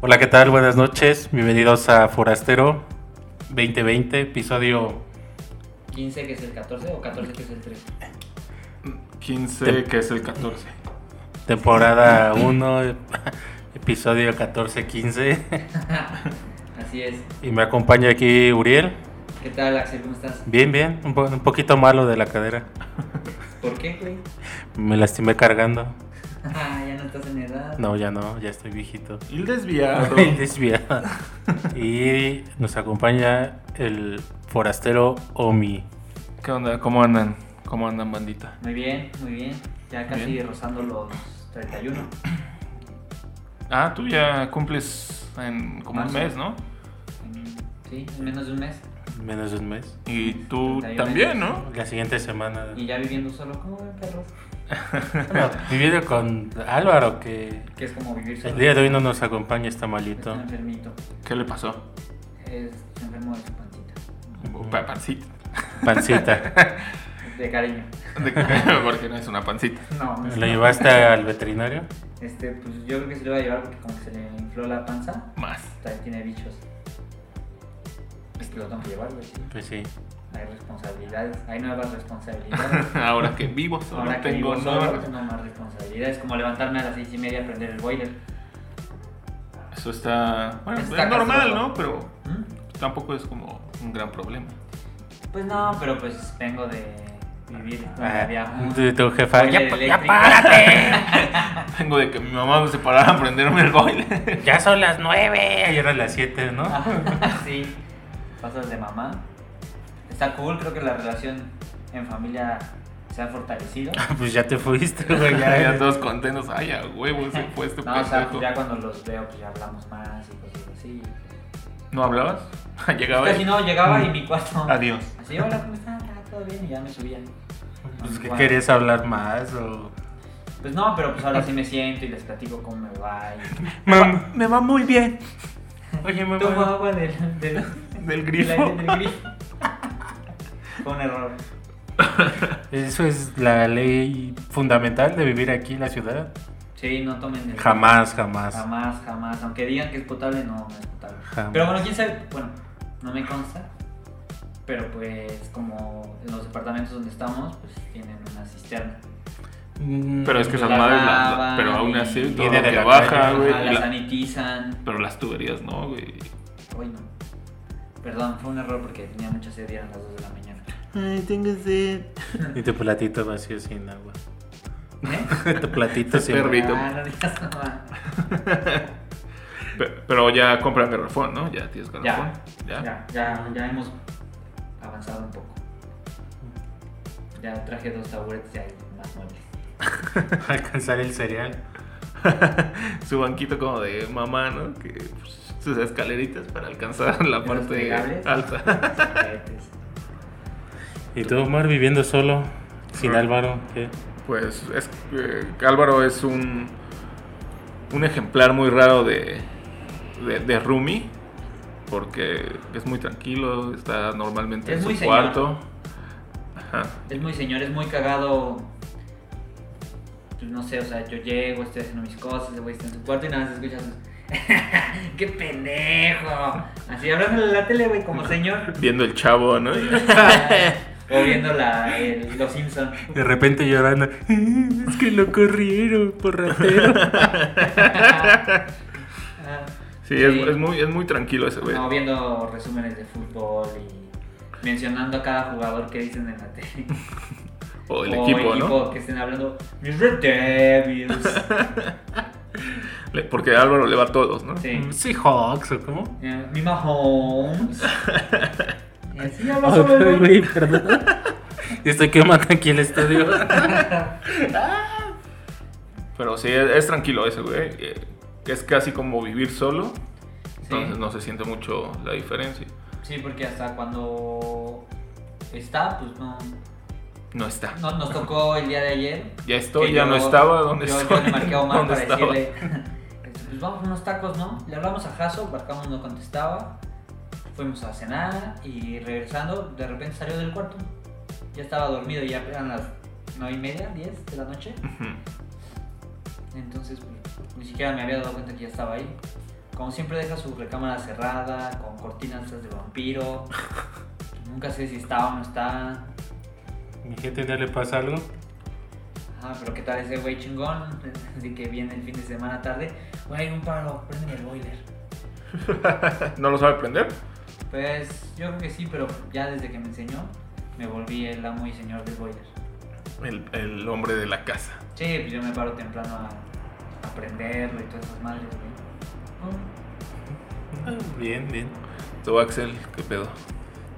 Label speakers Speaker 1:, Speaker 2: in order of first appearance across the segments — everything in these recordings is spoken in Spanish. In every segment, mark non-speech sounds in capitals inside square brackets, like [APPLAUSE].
Speaker 1: Hola, ¿qué tal? Buenas noches. Bienvenidos a Forastero 2020, episodio
Speaker 2: 15 que es el 14 o 14 que es el 13.
Speaker 3: 15,
Speaker 1: Te-
Speaker 3: que es el 14.
Speaker 1: temporada 1, [LAUGHS] episodio 14-15.
Speaker 2: Así es.
Speaker 1: Y me acompaña aquí Uriel.
Speaker 2: ¿Qué tal, Axel? ¿Cómo estás?
Speaker 1: Bien, bien. Un, po- un poquito malo de la cadera.
Speaker 2: ¿Por qué, güey?
Speaker 1: Me lastimé cargando.
Speaker 2: Ah, ya no estás en edad.
Speaker 1: No, ya no, ya estoy viejito.
Speaker 3: Y el desviado.
Speaker 1: [LAUGHS] Desviado. Y nos acompaña el forastero Omi.
Speaker 3: ¿Qué onda? ¿Cómo andan? ¿Cómo andan, bandita?
Speaker 2: Muy bien, muy bien. Ya casi
Speaker 3: Bien.
Speaker 2: rozando los 31.
Speaker 3: Ah, tú ya cumples en como un
Speaker 2: Marzo.
Speaker 3: mes, ¿no?
Speaker 2: Mm, Sí, en menos de un mes.
Speaker 1: Menos de un mes.
Speaker 3: Y tú
Speaker 2: 31
Speaker 3: también,
Speaker 2: años.
Speaker 3: ¿no?
Speaker 1: La siguiente semana.
Speaker 2: Y ya viviendo solo como un perro.
Speaker 1: [LAUGHS] Viviendo con Álvaro, que
Speaker 2: Que es como vivir
Speaker 1: el
Speaker 2: solo.
Speaker 1: día de hoy no nos acompaña, este está
Speaker 2: Está
Speaker 1: malito.
Speaker 2: enfermito.
Speaker 3: ¿Qué le pasó?
Speaker 2: Es está enfermo de su pancita.
Speaker 3: Pa- Pancita. [LAUGHS]
Speaker 2: [LAUGHS]
Speaker 1: Pancita.
Speaker 2: De cariño. [LAUGHS]
Speaker 3: De- [LAUGHS] Porque no es una pancita.
Speaker 2: No, no es-
Speaker 1: ¿Lo llevaste al veterinario?
Speaker 2: Este, pues yo creo que se lo voy a llevar porque como que se le infló la panza.
Speaker 3: Más. [LAUGHS]
Speaker 2: Todavía tiene bichos. Es que lo tengo que llevar, güey. sí.
Speaker 1: Pues sí.
Speaker 2: Hay responsabilidades, hay nuevas responsabilidades.
Speaker 3: [LAUGHS] Ahora que vivo, solo
Speaker 2: Ahora que
Speaker 3: tengo
Speaker 2: vivo solo,
Speaker 3: nuevas.
Speaker 2: tengo más responsabilidades, como levantarme a las seis y media a prender el boiler.
Speaker 3: Eso está. Bueno,
Speaker 2: Está
Speaker 3: es normal,
Speaker 2: castroso.
Speaker 3: ¿no? Pero
Speaker 2: ¿Mm?
Speaker 3: tampoco es como un gran problema. [LAUGHS]
Speaker 2: Pues no, pero pues vengo de vivir donde
Speaker 1: Ah,
Speaker 2: había un
Speaker 1: de tu jefa.
Speaker 2: boiler
Speaker 1: Ya, pa- ya
Speaker 2: eléctrico".
Speaker 1: párate.
Speaker 3: Tengo de que mi mamá se parara a prenderme el boiler.
Speaker 1: Ya son las nueve. Ayer eran las siete, ¿no?
Speaker 2: [LAUGHS] Ah. sí, pasas de mamá. Está cool, creo que la relación en familia se ha fortalecido.
Speaker 1: Pues ya te fuiste, güey.
Speaker 3: [LAUGHS] Ya,
Speaker 1: Ya,
Speaker 3: ya todos contentos. Ay, a huevo se fue este
Speaker 2: No, o sea,
Speaker 3: pendejo.
Speaker 2: pues ya cuando los veo, pues ya hablamos más y cosas así.
Speaker 3: ¿No hablabas?
Speaker 1: [LAUGHS]
Speaker 3: Llegaba
Speaker 2: Casi
Speaker 3: y-
Speaker 2: no, llegaba y mi cuarto.
Speaker 3: Adiós.
Speaker 2: Así, hola, ¿cómo están? Ah, todo bien, y ya me subían.
Speaker 1: Pues que querías hablar más o...
Speaker 2: Pues no, pero pues ahora sí me siento y les platico cómo me va. Y...
Speaker 1: me va muy bien. Oye, me
Speaker 2: Tomo
Speaker 1: va...
Speaker 2: agua del, del,
Speaker 3: Del
Speaker 2: del-
Speaker 3: grifo.
Speaker 2: del grifo. Fue un error.
Speaker 1: Eso es la ley fundamental de vivir aquí en la ciudad.
Speaker 2: Sí, no tomen del
Speaker 1: Jamás, jamás.
Speaker 2: Jamás, jamás. Aunque digan que es potable, no, no es potable.
Speaker 1: Jamás.
Speaker 2: Ah. Pero bueno, quién sabe. Bueno, no me consta. Pero pues, como en los departamentos donde estamos, pues tienen una cisterna.
Speaker 1: Mm,
Speaker 3: Pero es que
Speaker 2: Pues
Speaker 3: esas
Speaker 2: la
Speaker 3: madres, la- la-
Speaker 2: lavan
Speaker 3: pero aún
Speaker 2: y-
Speaker 3: así,
Speaker 2: y
Speaker 3: todo
Speaker 1: de
Speaker 3: lo que
Speaker 1: la
Speaker 3: baja,
Speaker 1: calle,
Speaker 3: Ah, güey.
Speaker 2: Ajá,
Speaker 3: y
Speaker 2: la
Speaker 3: la-
Speaker 2: sanitizan.
Speaker 3: Pero las tuberías no, güey.
Speaker 2: Hoy no. Perdón, fue un error porque tenía mucha sed y eran las 2 de la mañana.
Speaker 3: Ay, tengo sed.
Speaker 1: Y tu platito vacío sin agua. [LAUGHS]
Speaker 2: ¿Eh?
Speaker 1: tu platito sin agua.
Speaker 3: Perrito.
Speaker 2: Ah, no digas nada.
Speaker 3: Pero, ya compra garrafón, ¿no? Ya tienes garrafón. Ya.
Speaker 2: Ya, ya, ya hemos avanzado un poco. Ya traje dos taburetes y hay más muebles.
Speaker 1: [LAUGHS] Alcanzar el cereal.
Speaker 3: Su banquito como de mamá, ¿no? Que pues, sus escaleritas para alcanzar la
Speaker 2: Esos
Speaker 3: parte
Speaker 2: plegables.
Speaker 3: alta. [LAUGHS]
Speaker 2: Taburetes.
Speaker 1: Y tú, Omar, viviendo solo, sin
Speaker 3: Ujú.
Speaker 1: Álvaro, ¿qué?
Speaker 3: Pues es que Álvaro es un, un ejemplar muy raro de, de, de roomie, porque es muy tranquilo, está normalmente
Speaker 2: Es
Speaker 3: en su
Speaker 2: muy señor.
Speaker 3: cuarto. Ajá.
Speaker 2: Es muy señor, es muy cagado. Pues no sé, o sea, yo llego, estoy haciendo mis cosas, el güey está en su cuarto y nada más escuchas. [LAUGHS] ¡Qué
Speaker 3: [LAUGHS]
Speaker 2: pendejo! Así hablándole a la tele, güey, como señor.
Speaker 3: Viendo el chavo, ¿no? Y-
Speaker 2: Ah, O viendo la, el- Los Simpsons.
Speaker 1: De repente llorando. "Eh, Es que lo corrieron por ratero.
Speaker 3: Sí, es, es muy, es muy tranquilo ese güey.
Speaker 2: No, viendo resúmenes de fútbol y mencionando a cada jugador que dicen en la tele.
Speaker 3: O el
Speaker 2: O
Speaker 3: equipo, ¿no?
Speaker 2: que estén hablando, mis Red
Speaker 3: [LAUGHS]
Speaker 2: Devils.
Speaker 3: Le- Porque Álvaro le va a todos, ¿no?
Speaker 2: Sí.
Speaker 1: [LAUGHS] Sí, Hawks o cómo.
Speaker 2: Eh, Mi
Speaker 3: [LAUGHS]
Speaker 2: Mahomes. Y así habla
Speaker 1: Ah,
Speaker 2: solo el güey.
Speaker 1: güey, perdón. [LAUGHS] Y estoy quemando aquí el estudio.
Speaker 3: Pero sí, es, es tranquilo ese güey. eh, Es casi como vivir solo.
Speaker 2: Sí.
Speaker 3: Entonces no se siente mucho la diferencia.
Speaker 2: Sí, porque hasta cuando está, pues no.
Speaker 3: No está.
Speaker 2: no- nos tocó el día de ayer.
Speaker 3: Ya estoy,
Speaker 2: que
Speaker 3: ya no estaba, ¿dónde
Speaker 2: yo,
Speaker 3: estoy?
Speaker 2: Yo le
Speaker 3: [LAUGHS]
Speaker 2: marqué a Omar
Speaker 3: ¿Dónde
Speaker 2: para
Speaker 3: estaba?
Speaker 2: decirle, pues vamos por unos tacos, ¿no? Le hablamos a Jaso, marcamos, no contestaba. Fuimos a cenar y regresando, de repente salió del cuarto. Ya estaba dormido, ya eran las nueve y media, 10 de la noche.
Speaker 3: Ujú.
Speaker 2: Entonces, pues, ni siquiera me había dado cuenta que ya estaba ahí. Como siempre deja su recámara cerrada, con cortinas esas de
Speaker 3: [LAUGHS]
Speaker 2: vampiro. Nunca sé si está o no está.
Speaker 1: Mi gente no le pasa algo.
Speaker 2: Ah, pero qué tal ese güey chingón, [LAUGHS] así que viene el fin de semana tarde. Güey, un paro, prende el boiler.
Speaker 3: ¿No lo sabe aprender?
Speaker 2: Pues yo creo que sí, pero ya desde que me enseñó, me volví el amo y señor del boiler.
Speaker 3: El, el hombre de la casa.
Speaker 2: Sí, pues yo me paro temprano a aprenderlo y todas esas madres, güey.
Speaker 1: Ah, Bien, bien.
Speaker 3: Tú, Axel, ¿qué pedo?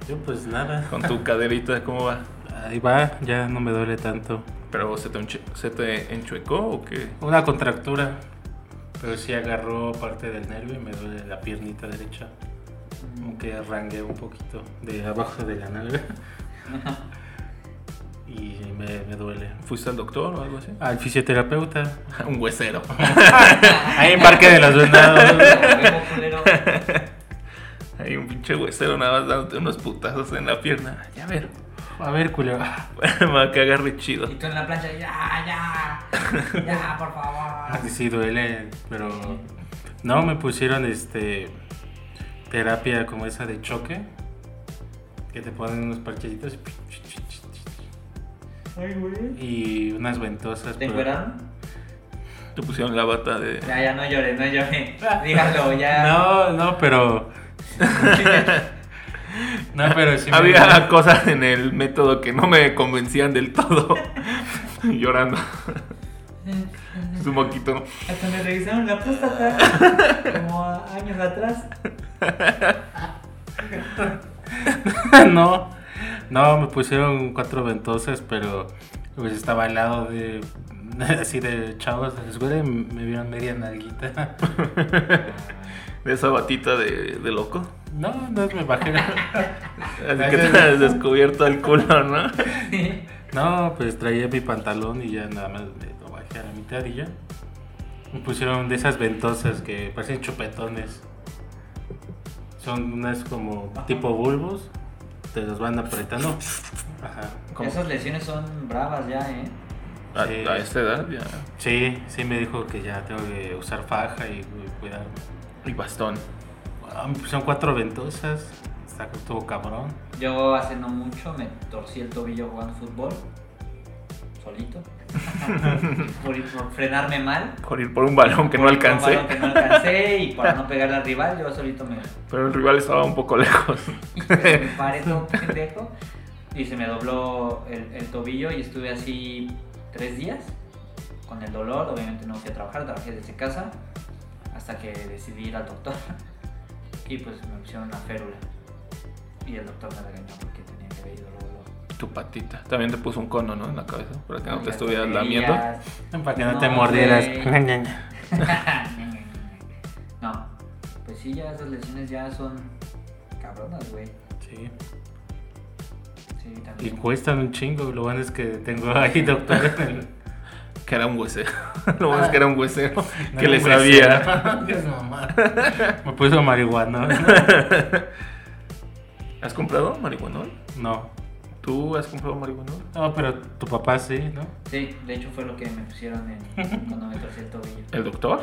Speaker 1: Yo pues nada.
Speaker 2: [LAUGHS]
Speaker 3: Con tu caderita, ¿cómo va?
Speaker 1: Ahí va, ya no me duele tanto.
Speaker 3: ¿Pero se te, enche- se te enchuecó o qué?
Speaker 1: Una contractura. Pero sí agarró parte del nervio y me duele la piernita derecha. Como que arranqué un poquito de abajo de la nalga. y me, me duele.
Speaker 3: ¿Fuiste al doctor o algo así? [LAUGHS]
Speaker 1: Al fisioterapeuta.
Speaker 3: Un huesero.
Speaker 1: Ahí en Parque de los Venados.
Speaker 2: Huevo culero.
Speaker 3: Hay un pinche huesero nada más dándote unos putazos en la pierna. Ya ver. [LAUGHS]
Speaker 1: A ver, culero. Ah,
Speaker 3: Me va a cagar de chido.
Speaker 2: Y tú en la plancha, ya, ya, ya, por favor.
Speaker 1: Así sí duele, pero no me pusieron este terapia como esa de choque que te ponen unos parchecitos
Speaker 2: Ay, güey.
Speaker 1: y unas ventosas.
Speaker 2: ¿Te
Speaker 1: pero-
Speaker 2: encueraron?
Speaker 3: Te pusieron la bata de...
Speaker 2: Ya, ya, no llores, no llores. Dígalo, ya.
Speaker 1: No, no, pero [LAUGHS] no, Ah, pero sí me-
Speaker 3: Había cosas en el método que no me convencían del todo. [LAUGHS] Llorando.
Speaker 2: [LAUGHS]
Speaker 3: Su moquito. ¿no? [LAUGHS]
Speaker 2: Hasta me revisaron la próstata. [LAUGHS] Como años atrás. [LAUGHS]
Speaker 1: [LAUGHS] no, no, me pusieron cuatro ventosas, pero pues estaba al lado de [LAUGHS] así de chavos de la escuela y me vieron media nalguita. [LAUGHS]
Speaker 3: De esa batita de, de loco.
Speaker 1: No, no me bajé. [LAUGHS]
Speaker 3: Así que te has descubierto el culo, ¿no?
Speaker 1: No, pues traía mi pantalón y ya nada más me lo bajé a la mitad y ya. Me pusieron de esas ventosas que parecen chupetones. Son unas como tipo bulbos. Te los van apretando. Ajá.
Speaker 3: ¿Cómo?
Speaker 2: Esas lesiones son bravas ya, eh.
Speaker 3: A,
Speaker 1: Sí.
Speaker 3: a esta edad ya.
Speaker 1: Sí, sí me dijo que ya tengo que usar faja y cu- cuidarme.
Speaker 3: Y bastón.
Speaker 1: Ah, me pusieron cuatro ventosas. Está todo cabrón.
Speaker 2: Yo hace no mucho me torcí el tobillo jugando fútbol. Solito. por, por frenarme mal.
Speaker 3: Por ir por un balón que no
Speaker 2: Por un balón
Speaker 3: alcancé.
Speaker 2: Que no alcancé y para no pegarle al rival, yo solito me.
Speaker 3: Pero el rival estaba un poco [LAUGHS] lejos.
Speaker 2: me paré todo pendejo y se me dobló el, el tobillo y estuve así tres días con el dolor. Obviamente no fui a trabajar, trabajé desde casa hasta que decidí ir al doctor [LAUGHS] y pues me pusieron una férula y el doctor me regañó porque tenía que haber ido luego. luego.
Speaker 3: Tu patita. También te puso un cono, ¿no? En la cabeza. Para que no te
Speaker 2: Las
Speaker 3: estuvieras
Speaker 2: tonterías.
Speaker 3: lamiendo.
Speaker 1: Para que no, te
Speaker 2: No,
Speaker 1: mordieras.
Speaker 2: güey. [LAUGHS] no, pues sí, ya esas lesiones ya son cabronas, güey.
Speaker 1: Sí.
Speaker 2: Sí,
Speaker 1: Y
Speaker 2: también.
Speaker 1: cuestan un chingo. Lo bueno es que tengo ahí
Speaker 2: [LAUGHS]
Speaker 1: doctor en el...
Speaker 3: Que era un huesero. [LAUGHS] Lo bueno es que era un huesero.
Speaker 1: No
Speaker 3: que le
Speaker 1: me [LAUGHS]
Speaker 3: sabía.
Speaker 1: suena. Dios, mamá. Me puso marihuana.
Speaker 2: [LAUGHS]
Speaker 3: ¿Has comprado marihuanol?
Speaker 1: No.
Speaker 3: ¿Tú has comprado marihuanol?
Speaker 1: No, pero tu papá sí,
Speaker 2: [LAUGHS]
Speaker 1: ¿no?
Speaker 2: Sí, de hecho fue lo que me pusieron en- cuando me torcí el tobillo.
Speaker 3: ¿El doctor?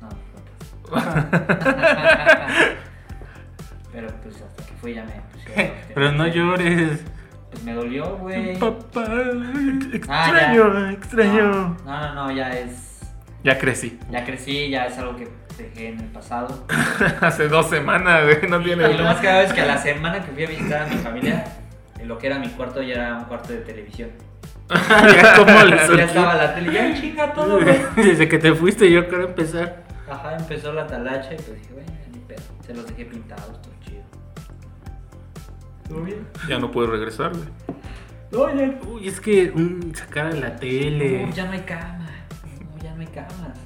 Speaker 2: No, no. Pero pues hasta que fui ya me pusieron. lo
Speaker 1: [LAUGHS]
Speaker 2: que
Speaker 1: Pero no
Speaker 2: tenía.
Speaker 1: llores.
Speaker 2: Pues me dolió, güey.
Speaker 3: Papá, ex-
Speaker 2: Ah,
Speaker 3: extraño, extraño.
Speaker 2: No, no, no, ya es.
Speaker 3: Ya crecí. [LAUGHS]
Speaker 2: Ya crecí, ya es algo que dejé en el pasado.
Speaker 3: Hace dos semanas, güey, no
Speaker 2: Y [LAUGHS]
Speaker 3: tiene.
Speaker 2: lo más cagado es que a la semana que fui a visitar a mi familia, en lo que era mi cuarto ya era un cuarto de televisión.
Speaker 1: [LAUGHS]
Speaker 3: Ya como
Speaker 2: [LAUGHS]
Speaker 3: le
Speaker 2: Ya
Speaker 3: surgió.
Speaker 2: estaba la tele, ya chinga todo, güey.
Speaker 1: Desde que te fuiste yo quiero empezar.
Speaker 2: Ajá, empezó la talacha y pues dije, bueno, ni pedo. Se los dejé pintados, todo chido. ¿Todo bien?
Speaker 3: Ya no puedo regresar, güey.
Speaker 2: No, ya.
Speaker 1: Uy, es que mm, sacar a la tele.
Speaker 2: No, ya no hay cama. No, ya no hay camas.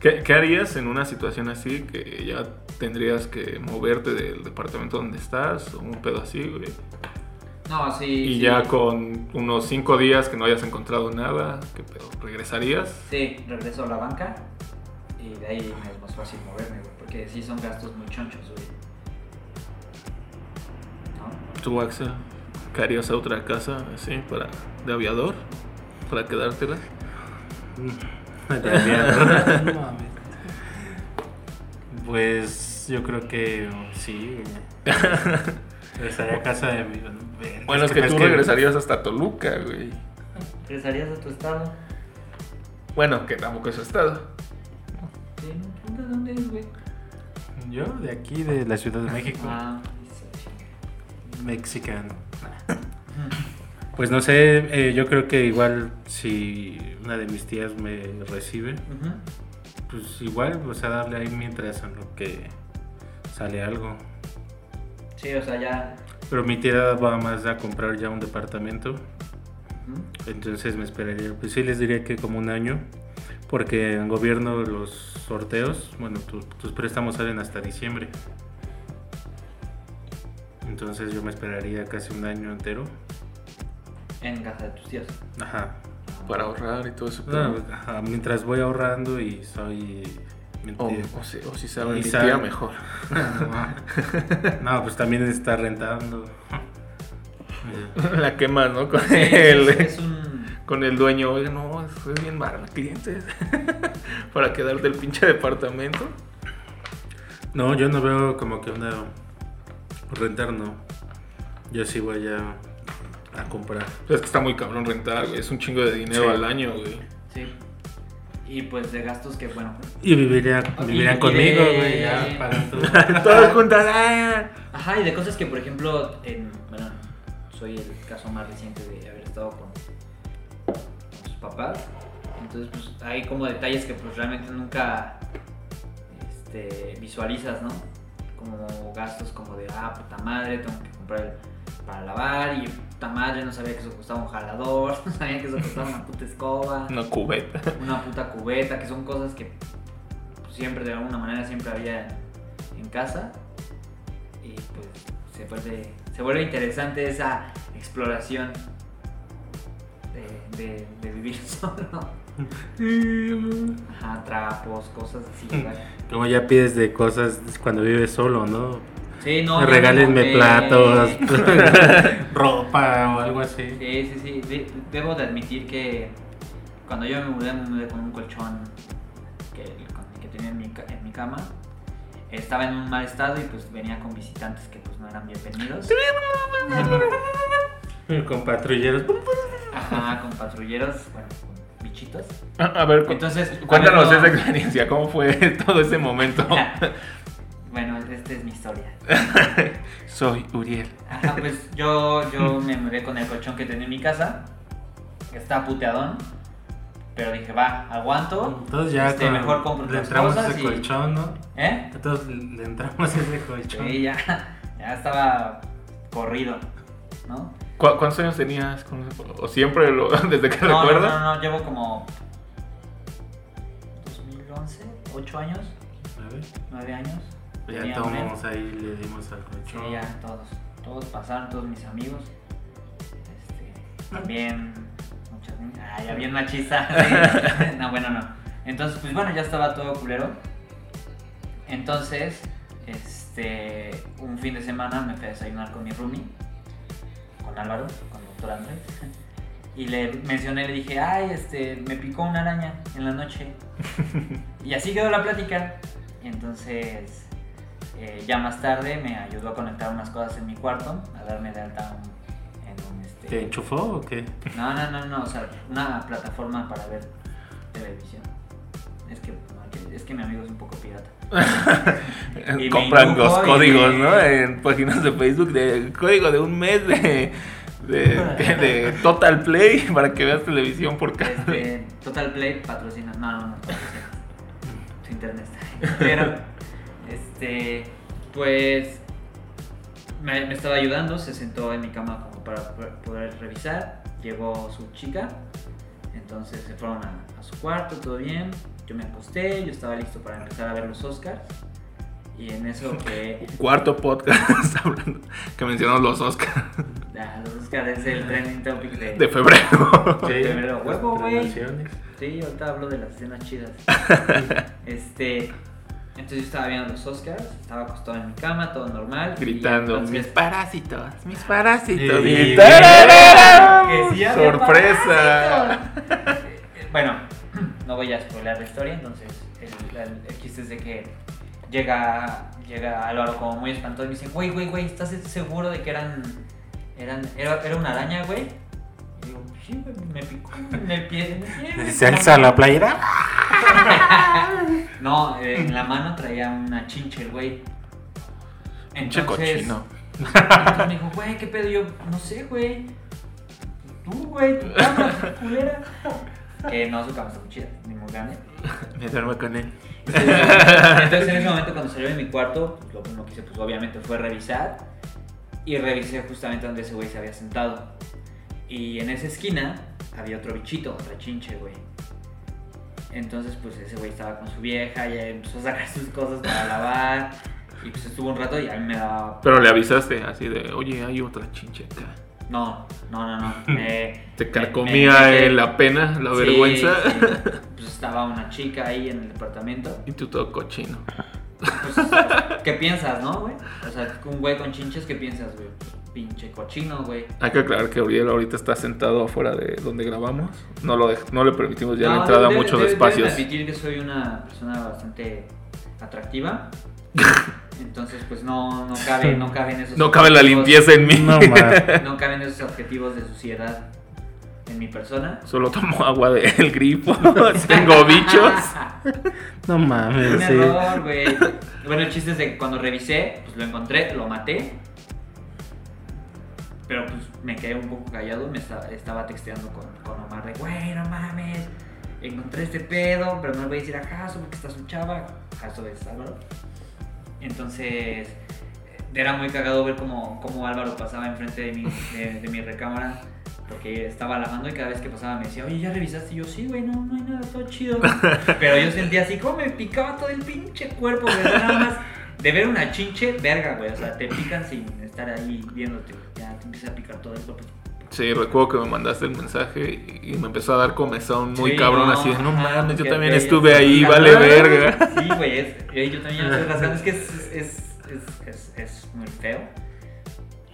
Speaker 3: ¿Qué, qué harías en una situación así que ya tendrías que moverte del departamento donde estás o un pedo así, güey?
Speaker 2: No, sí.
Speaker 3: Y
Speaker 2: sí.
Speaker 3: ya con unos cinco días que no hayas encontrado nada, ¿qué pedo? ¿Regresarías?
Speaker 2: Sí, regreso a la banca y de ahí me es más fácil moverme, güey, porque sí son gastos muy chonchos, güey. ¿No?
Speaker 3: ¿Tú, Axel? ¿Qué harías a otra casa así para, de aviador? ¿Para quedártela?
Speaker 1: No mames. [LAUGHS] Pues yo creo que sí. güey. Regresaría a casa de mi. Verga,
Speaker 3: Bueno, es que, tú
Speaker 1: ves
Speaker 3: regresarías hasta Toluca, güey.
Speaker 2: ¿Regresarías a tu estado?
Speaker 3: Bueno, que tampoco es su estado.
Speaker 2: Sí, no preguntas dónde es, güey.
Speaker 1: Yo de aquí, de la Ciudad de México.
Speaker 2: Ah, esa chinga.
Speaker 1: Mexicano. Pues no sé, eh, yo creo que igual si una de mis tías me recibe,
Speaker 2: Ujú.
Speaker 1: pues igual, o sea, darle ahí mientras en lo que sale algo.
Speaker 2: Sí, o sea, ya.
Speaker 1: Pero mi tía va más a comprar ya un departamento,
Speaker 2: ujú.
Speaker 1: entonces me esperaría. Pues sí, les diría que como un año, porque en gobierno los sorteos, bueno, tu- tus préstamos salen hasta diciembre. Entonces yo me esperaría casi un año entero.
Speaker 2: En casa de tus tíos.
Speaker 1: Ajá,
Speaker 3: Para ahorrar y todo eso.
Speaker 1: No, ajá, mientras voy ahorrando y soy...
Speaker 3: O,
Speaker 1: mentira.
Speaker 3: o si, o si sabe
Speaker 1: Y
Speaker 3: mi
Speaker 1: sabe.
Speaker 3: tía mejor.
Speaker 1: [LAUGHS] no, pues también está rentando.
Speaker 3: [LAUGHS] La quemas, ¿no? Con
Speaker 2: Sí,
Speaker 3: el, [LAUGHS]
Speaker 2: es, es un.
Speaker 3: con el dueño. Oye, no, fue bien barato, clientes. [LAUGHS] Para quedarte el pinche departamento.
Speaker 1: No, yo no veo como que una... Rentar no. Yo sí voy a, a comprar.
Speaker 3: Pues es que está muy cabrón rentar, güey. Es un chingo de dinero
Speaker 1: Sí.
Speaker 3: al año,
Speaker 2: [LAUGHS]
Speaker 3: güey.
Speaker 2: Sí. Y pues de gastos que, bueno.
Speaker 1: Y viviría, vivirían
Speaker 2: y
Speaker 1: conmigo,
Speaker 2: de-
Speaker 1: güey. Ya, pagan todo.
Speaker 2: [LAUGHS]
Speaker 3: Todos juntas. ¡ah!
Speaker 2: Ajá, y de cosas que, por ejemplo, en, bueno, soy el caso más reciente de haber estado con, con sus papás. Entonces, pues hay como detalles que pues realmente nunca este, visualizas, ¿no? Como gastos como de, ah, puta madre, tengo que comprar el- para lavar y puta madre, no sabía que eso costaba un jalador, [LAUGHS] no sabía que eso costaba una puta escoba
Speaker 3: Una
Speaker 2: [LAUGHS]
Speaker 3: cubeta.
Speaker 2: una puta cubeta, que son cosas que siempre de alguna manera siempre había en, en casa. Y pues se vuelve, se vuelve interesante esa exploración de, de- de vivir [LAUGHS] solo. Ajá, trapos, cosas
Speaker 1: [LAUGHS]
Speaker 2: así. ¿verdad?
Speaker 1: Como ya pides de cosas cuando vives solo, ¿no?
Speaker 2: Sí,
Speaker 1: [LAUGHS]
Speaker 2: no, ya me
Speaker 1: Regálenme
Speaker 2: mudé.
Speaker 1: platos, [LAUGHS]
Speaker 2: [LAUGHS]
Speaker 1: ropa o algo así.
Speaker 2: Sí, sí, sí. De- debo de admitir que cuando yo me mudé, me mudé con un colchón que, con el que tenía en mi, ca- en mi cama. Estaba en un mal estado y pues venía con visitantes que pues no eran bienvenidos.
Speaker 1: Con patrulleros.
Speaker 2: Ajá, con patrulleros, bueno, con bichitos.
Speaker 3: A, a ver, cu-
Speaker 2: Entonces, a ver,
Speaker 3: cuéntanos
Speaker 2: no.
Speaker 3: esa
Speaker 2: [LAUGHS]
Speaker 3: experiencia. ¿Cómo fue [LAUGHS] todo ese momento?
Speaker 2: Ah. Bueno, esta es mi historia.
Speaker 3: Soy Uriel.
Speaker 2: Ajá, pues yo, yo me mudé con el colchón que tenía en mi casa. que Está puteadón. Pero dije, va, aguanto.
Speaker 1: Entonces ya
Speaker 2: Este,
Speaker 1: con-
Speaker 2: mejor compro
Speaker 1: le
Speaker 2: otras
Speaker 1: entramos a
Speaker 2: cosas
Speaker 1: ese
Speaker 2: y-
Speaker 1: colchón, ¿no?
Speaker 2: ¿Eh?
Speaker 1: Entonces le entramos [LAUGHS] a ese colchón.
Speaker 2: Sí, ya, ya estaba corrido, ¿no?
Speaker 3: ¿Cu- ¿Cuántos años tenías? ¿Cómo se- ¿O siempre lo, [LAUGHS] desde que
Speaker 2: No, no,
Speaker 3: recuerdas?
Speaker 2: no, no, llevo como 2011, 8 años,
Speaker 1: A ver, pues
Speaker 2: 9 años.
Speaker 1: Ya
Speaker 2: Tenía un mes.
Speaker 1: tomamos ahí, le dimos al
Speaker 2: Sí,
Speaker 1: colchón.
Speaker 2: ya, todos, todos pasaron, todos mis amigos. Este, también, muchas niñas. Ah, ya bien machista. [LAUGHS] sí. no, bueno, no. Entonces, pues bueno, ya estaba todo culero. Entonces, este, un fin de semana me fui a desayunar con mi roomie, con Álvaro, con el doctor Andrés. Y le mencioné, le dije, ay, este, me picó una araña en la noche. y así quedó la plática. Y entonces, eh, ya más tarde me ayudó a conectar unas cosas en mi cuarto, a darme de alta un- en un
Speaker 1: que enchufó o qué?
Speaker 2: No, no, no, no, o sea, una plataforma para ver televisión. Es que, no, que- es que mi amigo es un poco pirata. Y me
Speaker 3: Eh, Compran los
Speaker 2: indujo y
Speaker 3: códigos,
Speaker 2: me-
Speaker 3: ¿no? En páginas de Facebook, del código de un mes de, de,
Speaker 2: [LAUGHS]
Speaker 3: de Total Play para que veas televisión por cable.
Speaker 2: Este, Total Play patrocina. No, no, no patrocina. Tu internet está ahí. Pero, este, pues me, me estaba ayudando, se sentó en mi cama como para p- poder revisar. Llegó su chica, entonces se fueron a, a su cuarto, todo bien. Yo me acosté, yo estaba listo para empezar a ver los Oscars. Y en eso que
Speaker 3: Cuarto podcast [LAUGHS] hablando, que mencionamos los Oscars
Speaker 2: ah, los Oscars es el trending topic de,
Speaker 3: de febrero. [LAUGHS]
Speaker 1: Sí,
Speaker 2: Primero, huevo, güey. [LAUGHS]
Speaker 1: Transmisiones.
Speaker 2: Sí, ahorita hablo de las escenas chidas. este, entonces yo estaba viendo los Oscars, estaba acostado en mi cama, todo normal. y
Speaker 3: Gritando, mis
Speaker 2: entonces-
Speaker 3: parásitos, mis parásitos.
Speaker 1: Y-
Speaker 3: Y
Speaker 1: y-
Speaker 3: ¡tarararán!
Speaker 2: Que sí había
Speaker 3: ¡Sorpresa!
Speaker 2: [LAUGHS] bueno, [CLEARS THROAT] no voy a spoiler la historia, entonces el, el- el chiste es de que llega, llega Álvaro como muy espantado y me dice, güey, güey, güey, ¿estás seguro de que eran, eran era, era una araña, güey? Y digo, sí, güey, me picó en el pie. en el pie, güey".
Speaker 1: ¿Se alza la playera?
Speaker 2: [LAUGHS] No, eh, en la mano traía una chinche el güey.
Speaker 3: Pinche cochino.
Speaker 2: Entonces me dijo, güey, ¿qué pedo? Y Yo, no sé, güey. Tú, güey, tu cama, culera. Que no, su cama está muy chida, ni muy [LAUGHS] grande.
Speaker 3: Me duermo con él.
Speaker 2: Entonces en ese momento cuando salió de mi cuarto, pues, lo primero que hice pues obviamente fue revisar y revisé justamente donde ese güey se había sentado. Y en esa esquina había otro bichito, otra chinche, güey. Entonces pues ese güey estaba con su vieja, ya empezó a sacar sus cosas para lavar y pues estuvo un rato y a mí me daba...
Speaker 3: Pero le avisaste así de, oye, hay otra chinche acá.
Speaker 2: No, no, no,
Speaker 3: [LAUGHS]
Speaker 2: no. Me,
Speaker 3: Te
Speaker 2: me-
Speaker 3: carcomía
Speaker 2: me-
Speaker 3: eh, la pena, la
Speaker 2: Sí,
Speaker 3: vergüenza.
Speaker 2: sí. Pues estaba una chica ahí en el departamento.
Speaker 3: [LAUGHS] Y tú todo cochino. [LAUGHS]
Speaker 2: Pues, ¿Qué piensas, no, güey? O sea, un güey con chinches, ¿qué piensas, güey? Pinche cochino, güey.
Speaker 3: Hay que aclarar que Uriel ahorita está sentado afuera de donde grabamos. No, lo dej- no le permitimos Pues ya la
Speaker 2: No,
Speaker 3: entrada a
Speaker 2: debe-
Speaker 3: muchos
Speaker 2: debe-
Speaker 3: espacios.
Speaker 2: Debo admitir que soy una persona bastante
Speaker 3: [LAUGHS]
Speaker 2: atractiva. Entonces, pues no, no cabe, no caben esos.
Speaker 3: [LAUGHS] no cabe la
Speaker 2: objetivos-
Speaker 3: limpieza en mí.
Speaker 1: No, ma.
Speaker 2: No caben esos objetivos de suciedad en mi persona.
Speaker 3: [LAUGHS] Solo tomo agua del grifo. [LAUGHS] Tengo bichos.
Speaker 2: [LAUGHS]
Speaker 1: No
Speaker 2: Un
Speaker 1: mames, sí.
Speaker 2: error, güey. Bueno, el chiste es de que cuando revisé, pues lo encontré, lo maté. Pero pues me quedé un poco callado, me esta- estaba texteando con, con Omar de, güey, no mames, encontré este pedo, pero no le voy a decir a Jaso porque está su chava. Jaso es Álvaro. Entonces, eh, era muy cagado ver cómo, cómo Álvaro pasaba enfrente de mi, de, de mi recámara. Porque estaba lavando y cada vez que pasaba me decía, oye, ¿ya revisaste? Y yo, sí, güey, no, no hay nada, todo chido. Pero yo sentía así como me picaba todo el pinche cuerpo, güey. Nada más de ver una chinche, verga, güey. O sea, te pican sin estar ahí viéndote. Ya te empieza a picar todo el cuerpo.
Speaker 3: Sí, recuerdo que me mandaste el mensaje y y me empezó a dar comezón muy
Speaker 2: Sí,
Speaker 3: cabrón,
Speaker 2: no,
Speaker 3: así de no
Speaker 2: ajá,
Speaker 3: mames, yo
Speaker 2: que
Speaker 3: también
Speaker 2: te-
Speaker 3: estuve
Speaker 2: te-
Speaker 3: ahí,
Speaker 2: te-
Speaker 3: vale
Speaker 2: ajá.
Speaker 3: verga.
Speaker 2: [LAUGHS] Sí, güey, es, eh, yo también ya estoy rascando, es que es, es, es, es, es muy feo.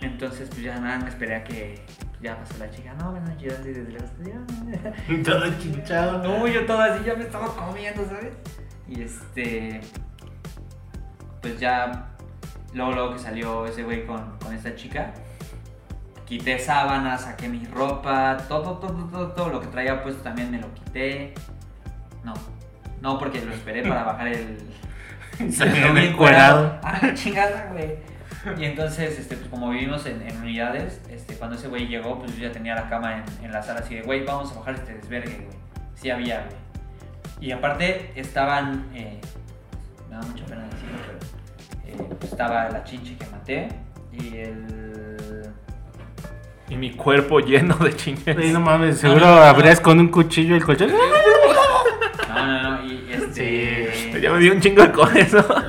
Speaker 2: Entonces, pues ya nada, me esperé a que ya pasó la chica. No, bueno, yo así desde lejos. ya.
Speaker 1: Todo chinchado.
Speaker 2: No, yo todo así, ya me estaba comiendo, ¿sabes? Y este. Pues ya. Luego, luego que salió ese güey con, con esta chica, quité sábanas, saqué mi ropa, todo, todo, todo, todo lo que traía puesto también me lo quité. No, no, porque lo esperé para bajar el.
Speaker 1: Se
Speaker 2: el
Speaker 1: quedó
Speaker 2: domingo
Speaker 1: encuerado.
Speaker 2: Ah, la chingada, güey. Y entonces, este, pues como vivimos en, en unidades, este, cuando ese güey llegó, pues yo ya tenía la cama en, en la sala así de, güey, vamos a bajar este desvergue, güey. Sí había, güey. Y aparte estaban, eh, me da mucha pena decirlo, pero eh, pues, estaba la chinche que maté y el...
Speaker 3: Y mi cuerpo lleno de chinches.
Speaker 1: Ey, no mames, seguro
Speaker 2: No, no, no.
Speaker 1: abrías con un cuchillo el coche.
Speaker 2: No, no, no, y este...
Speaker 3: pues, Ya me dio un chingo con eso.
Speaker 2: [LAUGHS]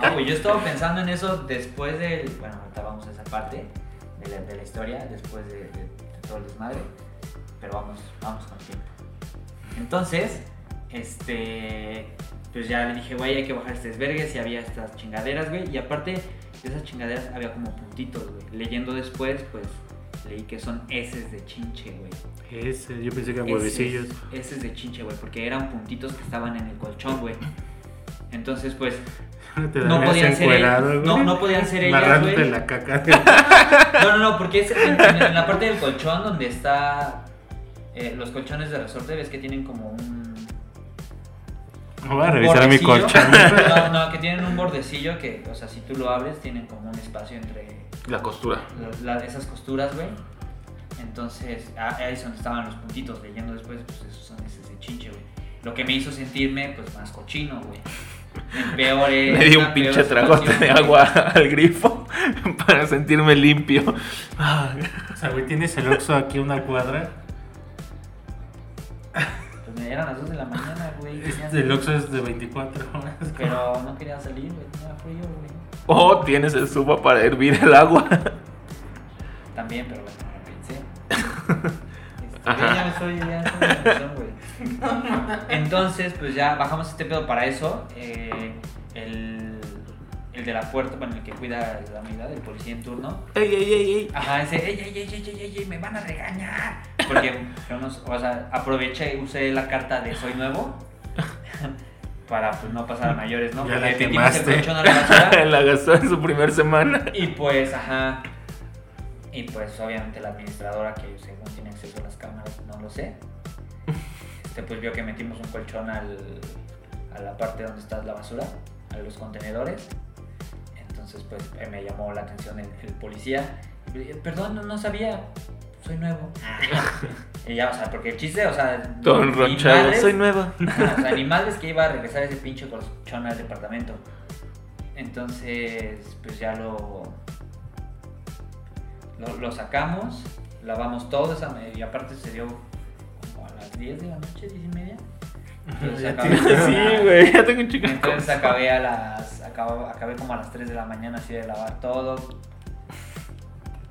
Speaker 2: No, güey, yo estaba pensando en eso después del. Bueno, ahorita vamos a esa parte de la, de la historia, después de, de- de todo el desmadre. Pero vamos, vamos con tiempo. Entonces, este. Pues ya le dije, güey, hay que bajar este desvergue. Si había estas chingaderas, güey. Y aparte de esas chingaderas, había como puntitos, güey. Leyendo después, pues leí que son S de chinche, güey.
Speaker 1: Ese, yo pensé que eran
Speaker 2: Ese
Speaker 1: huevecillos. [LAUGHS]
Speaker 2: es de chinche, güey, porque eran puntitos que estaban en el colchón, güey. Entonces, pues,
Speaker 1: Te
Speaker 2: No
Speaker 1: darías
Speaker 2: podían ser
Speaker 1: encuerado,
Speaker 2: ellas.
Speaker 1: güey.
Speaker 2: No, no podían ser ellas,
Speaker 1: Narrándote
Speaker 2: güey.
Speaker 1: la caca. [LAUGHS]
Speaker 2: No, no, no, porque es en, en- en la parte del colchón donde está eh, los colchones de resorte, ves que tienen como un.
Speaker 1: No voy a revisar mi
Speaker 2: bordecillo.
Speaker 1: colchón.
Speaker 2: [LAUGHS] No, no, que tienen un bordecillo que, o sea, si tú lo abres, tienen como un espacio entre
Speaker 3: La costura.
Speaker 2: la- la- esas costuras, güey. Entonces, a- ahí es donde estaban los puntitos. Leyendo después, pues esos son ese de chinche, güey. Lo que me hizo sentirme, pues, más cochino, güey. En Peor es.
Speaker 3: [LAUGHS] Me di
Speaker 2: una
Speaker 3: un
Speaker 2: peor
Speaker 3: pinche tragote
Speaker 2: situación,
Speaker 3: de
Speaker 2: güey.
Speaker 3: agua [LAUGHS] al grifo [LAUGHS] para sentirme limpio. Ah,
Speaker 1: O sea, güey, tienes el Oxxo aquí a una cuadra.
Speaker 2: Pues me dieron las 2 de la mañana,
Speaker 3: [LAUGHS]
Speaker 2: güey. tenía
Speaker 1: Este, el Oxxo es de 24 horas. [LAUGHS]
Speaker 2: Pero no quería salir, güey, tenía frío, güey.
Speaker 3: O tienes el suba para hervir el agua.
Speaker 2: También, pero bueno, no lo pensé.
Speaker 1: [LAUGHS]
Speaker 2: Este,
Speaker 3: Ajá.
Speaker 2: Ya me estoy, ya estoy en emoción, güey. Entonces, pues ya bajamos este pedo para eso. eh, el, el de la puerta, bueno, el que cuida la unidad, el policía en turno.
Speaker 3: [LAUGHS] Ey, ey, ey, ey.
Speaker 2: Ajá, dice, ey, ey, ey, ey, ey, ey, ey, me van a regañar. Porque yo no, o sea, aproveché y usé la carta de soy
Speaker 1: [LAUGHS]
Speaker 2: nuevo para pues no pasar a mayores, ¿no?
Speaker 1: Ya la
Speaker 2: Porque metimos el
Speaker 1: quemaste.
Speaker 2: colchón a la basura.
Speaker 3: la gastó [LAUGHS] en su primer semana.
Speaker 2: Y pues, ajá. Y pues, obviamente, la administradora, que según tiene acceso a las cámaras, no lo sé. Este, pues vio que metimos un colchón al, a la parte donde está la basura, a los contenedores. Entonces, pues, eh, me llamó la atención el, el policía. Y le dije, Perdón, no, no sabía. Soy nuevo. y ya, o sea, porque el chiste, o sea.
Speaker 3: Todo
Speaker 2: ni
Speaker 3: enronchado.
Speaker 2: madres-
Speaker 3: Soy nueva.
Speaker 2: Ajá, Ah, o sea, ni madres que iba a regresar ese pinche colchón al departamento. Entonces, pues ya lo, lo, lo sacamos, lavamos todo esa ma- y aparte se dio como a las 10 de la noche, 10 y
Speaker 3: [LAUGHS]
Speaker 2: media. Entonces
Speaker 1: Ya
Speaker 2: acabé,
Speaker 1: tienes-
Speaker 3: [LAUGHS] Sí, güey. Ya tengo un chico.
Speaker 2: Entonces acabé a las. acabo- acabé como a las 3 de la mañana así de lavar todo.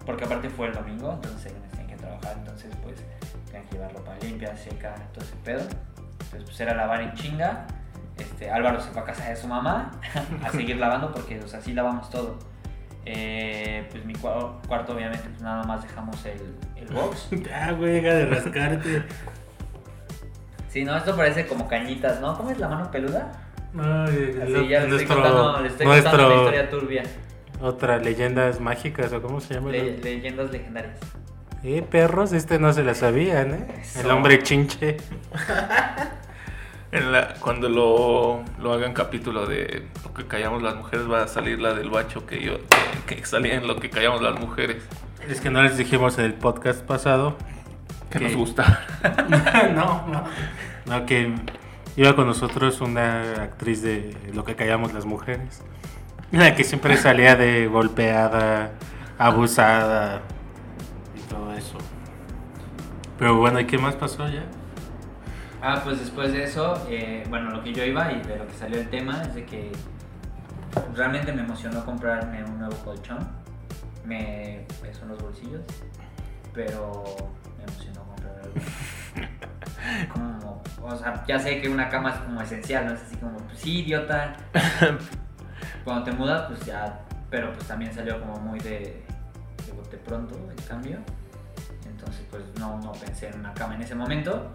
Speaker 2: Porque aparte fue el domingo, entonces el lunes tienen que trabajar, entonces pues tenían que llevar ropa limpia, seca, todo ese pedo. Entonces pues era lavar en chinga. Este, Álvaro se fue a casa de su mamá a seguir lavando porque o sea, así lavamos todo. Eh, pues mi cua- cuarto obviamente pues nada más dejamos el, el box.
Speaker 1: Ya, güey, deja de rascarte.
Speaker 2: Sí, no, esto parece como cañitas, ¿no? ¿Cómo es la mano peluda?
Speaker 1: Ay,
Speaker 2: Así ya les estoy
Speaker 1: nuestro-
Speaker 2: contando, les estoy contando
Speaker 1: nuestro-
Speaker 2: una historia turbia.
Speaker 1: Otra, leyendas mágicas, o cómo se llama.
Speaker 2: Le- leyendas legendarias.
Speaker 1: Eh, perros, este no se la sabían, ¿eh?
Speaker 2: Eso.
Speaker 1: El hombre chinche.
Speaker 3: En la- cuando lo, lo hagan capítulo de lo que callamos las mujeres, va a salir la del bacho que yo que, que salía en lo que callamos las mujeres.
Speaker 1: Es que no les dijimos en el podcast pasado.
Speaker 3: Que
Speaker 1: ¿Qué?
Speaker 3: nos [LAUGHS] gusta.
Speaker 1: [LAUGHS] no, no. No, que iba con nosotros una actriz de lo que callamos las mujeres. La que siempre salía de golpeada, abusada y todo eso. Pero bueno, ¿y qué más pasó ya?
Speaker 2: Ah, pues después de eso, eh, bueno, lo que yo iba y de lo que salió el tema es de que realmente me emocionó comprarme un nuevo colchón. Me pesó en los bolsillos, pero me emocionó comprar algo. Como, o sea, ya sé que una cama es como esencial, ¿no? Es así como, pues sí, idiota. Cuando te mudas, pues ya, pero pues también salió como muy de, de bote pronto el cambio. Entonces, pues no, no pensé en una cama en ese momento.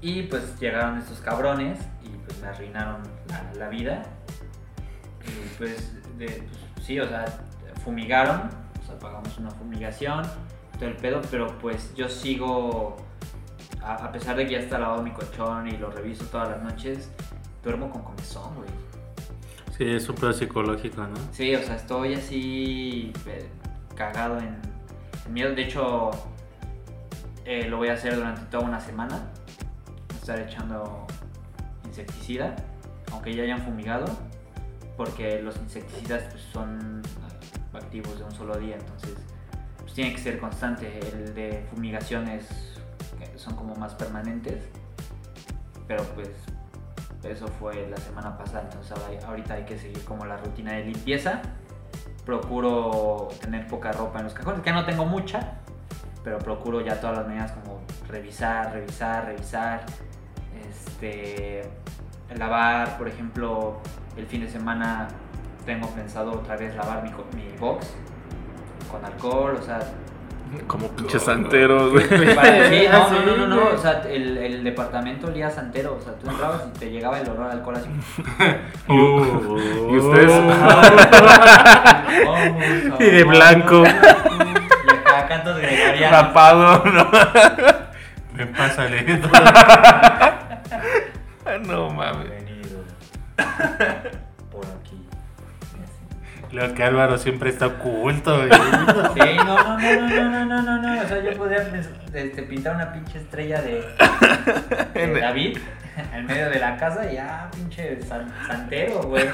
Speaker 2: Y pues llegaron estos cabrones y pues me arruinaron la, la vida. Y pues, de- pues, sí, o sea, fumigaron, o sea, pagamos una fumigación, todo el pedo, pero pues yo sigo, a, a pesar de que ya está lavado mi colchón y lo reviso todas las noches, duermo con comezón, güey.
Speaker 1: Sí, es un pedo psicológico, ¿no?
Speaker 2: Sí, o sea, estoy así eh, cagado en, en miedo. De hecho, eh, lo voy a hacer durante toda una semana. Voy a Estar echando insecticida, aunque ya hayan fumigado, porque los insecticidas pues, son activos de un solo día, entonces pues, tiene que ser constante. El de fumigaciones eh, son como más permanentes, pero pues eso fue la semana pasada, entonces ahora- ahorita hay que seguir como la rutina de limpieza. Procuro tener poca ropa en los cajones, que no tengo mucha, pero procuro ya todas las mañanas como revisar, revisar, revisar, este, lavar, por ejemplo, el fin de semana tengo pensado otra vez lavar mi, co- mi box con alcohol, o sea,
Speaker 3: Como pinches santeros,
Speaker 1: [LAUGHS]
Speaker 3: güey.
Speaker 2: Para- sí,
Speaker 1: Ah,
Speaker 2: no,
Speaker 1: sí,
Speaker 2: no, no, no, no,
Speaker 1: güey.
Speaker 2: o sea, el, el departamento olía santero, o sea, tú entrabas y te llegaba el olor a alcohol así.
Speaker 1: Uh.
Speaker 3: Y ustedes-
Speaker 1: [LAUGHS]
Speaker 2: Vamos a
Speaker 3: Y de
Speaker 2: tomar
Speaker 3: blanco.
Speaker 2: unos tacos. Y acá cantos gregorianos.
Speaker 3: Rapado, no.
Speaker 1: Me pasa [LAUGHS]
Speaker 3: Ah, No mames.
Speaker 2: Bienvenido por aquí.
Speaker 1: Lo que Álvaro siempre está oculto, güey.
Speaker 2: Sí, no, no, no, no, no, no, no, no, no, o sea, yo podría pues, este, pintar una pinche estrella de, de
Speaker 3: En el-
Speaker 2: David [LAUGHS] en medio de la casa y ah, pinche san- santero, güey.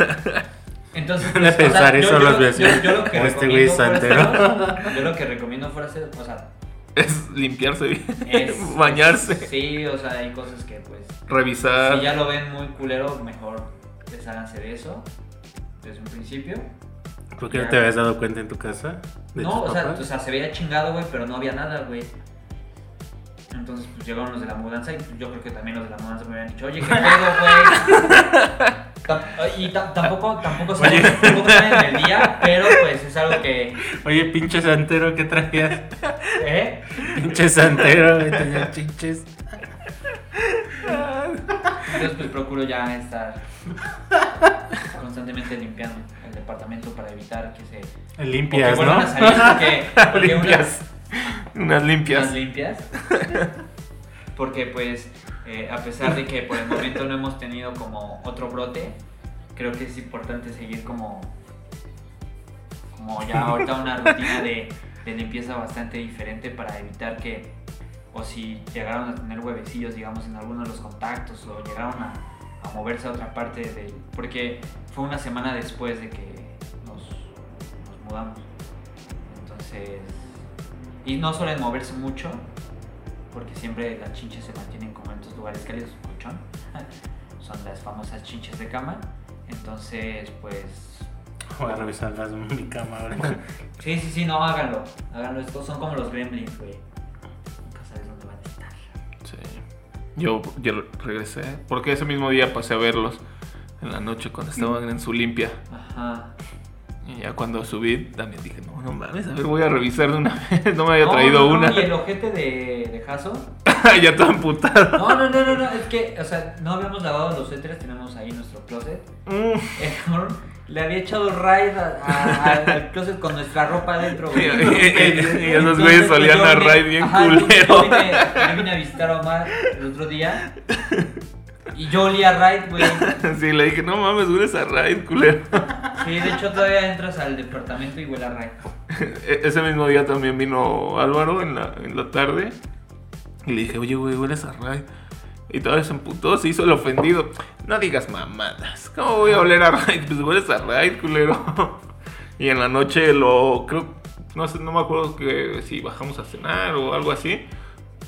Speaker 2: Entonces,
Speaker 1: Le pensar eso a los vecinos.
Speaker 2: yo lo que
Speaker 1: Como este güey es
Speaker 2: recomiendo fuera
Speaker 1: santero.
Speaker 2: hacer- Yo lo que recomiendo fuera hacer,
Speaker 1: [LAUGHS]
Speaker 2: o sea,
Speaker 3: Es limpiarse bien. [LAUGHS]
Speaker 2: es
Speaker 3: Bañarse.
Speaker 2: Sí, o sea, hay cosas que pues
Speaker 1: Ah.
Speaker 2: Si
Speaker 3: Revisar.
Speaker 2: ya lo ven muy culero, mejor desháganse de eso desde un principio.
Speaker 1: ¿Por qué no te habías dado cuenta en tu casa? de
Speaker 2: No,
Speaker 1: tus
Speaker 2: o sea,
Speaker 1: papás?
Speaker 2: o sea, se veía chingado, güey, pero no había nada, güey. Entonces, pues llegaron los de la mudanza y pues, yo creo que también los de la mudanza me habían dicho, oye, qué pedo, güey.
Speaker 1: [LAUGHS]
Speaker 2: Tam- y ta- tampoco, tampoco
Speaker 1: Oye.
Speaker 2: saben, [LAUGHS] tampoco saben el día, pero pues es algo que.
Speaker 1: Oye, pinche santero, ¿qué traías?
Speaker 2: ¿Eh?
Speaker 1: [LAUGHS] Pinche santero, güey, tenía chinches.
Speaker 2: Entonces, pues procuro ya estar constantemente limpiando el departamento para evitar que se.
Speaker 1: Limpias,
Speaker 2: Porque vuelvan a
Speaker 1: ¿no?
Speaker 2: salir,
Speaker 1: [LAUGHS]
Speaker 2: porque- porque una-
Speaker 3: Limpias. Unas
Speaker 2: más
Speaker 3: limpias.
Speaker 2: limpias. Porque pues, eh, a pesar de que por el momento no hemos tenido como otro brote, creo que es importante seguir como, como ya ahorita una rutina de, de limpieza bastante diferente para evitar que, o si llegaron a tener huevecillos, digamos, en alguno de los contactos, o llegaron a, a moverse a otra parte del... Porque fue una semana después de que nos, nos mudamos. Entonces, y no suelen moverse mucho, porque siempre las chinches se mantienen como en estos lugares cálidos, colchón. [LAUGHS] Son las famosas chinches de cama. Entonces, pues.
Speaker 1: Voy a revisar las mi cama [LAUGHS] ahora.
Speaker 2: Sí, sí, sí, no, háganlo. Háganlo. Estos son como los gremlins, güey. Nunca sabes dónde van a estar.
Speaker 3: Sí. Yo, yo regresé. Porque ese mismo día pasé a verlos. En la noche cuando estaban en su limpia.
Speaker 2: Ajá.
Speaker 3: Y ya cuando subí también dije, no, no mames, a ver, voy a revisar de una [LAUGHS] vez. No me había
Speaker 2: No,
Speaker 3: traído
Speaker 2: no, no,
Speaker 3: una.
Speaker 2: Y el ojete de, de Jaso.
Speaker 3: [LAUGHS] ya todo amputado.
Speaker 2: No, no, no, no, no, es que, o sea, no habíamos lavado los éteres, tenemos ahí nuestro closet.
Speaker 3: Mm.
Speaker 2: El cabrón le había echado raid a- a- a- al closet con nuestra ropa adentro, güey.
Speaker 3: Y- y- y- y esos
Speaker 2: Entonces,
Speaker 3: güeyes
Speaker 2: pues,
Speaker 3: olían
Speaker 2: yo
Speaker 3: a
Speaker 2: vine-
Speaker 3: raid bien
Speaker 2: ajá, entonces
Speaker 3: culero.
Speaker 2: Yo vine, yo vine a visitar a Omar el otro día. Y yo olía a raid, güey.
Speaker 3: Sí, le dije, no mames, hueles a raid, culero.
Speaker 2: Sí, de hecho todavía entras al departamento y huele a raid.
Speaker 3: E- Ese mismo día también vino Álvaro en la, en la tarde. Y le dije, oye, güey, hueles a raid. Y todavía se emputó, se hizo el ofendido. No digas mamadas. ¿Cómo voy a oler a raid? Pues hueles a raid, culero. [LAUGHS] Y en la noche lo. Creo. No sé, no me acuerdo que si bajamos a cenar o algo así.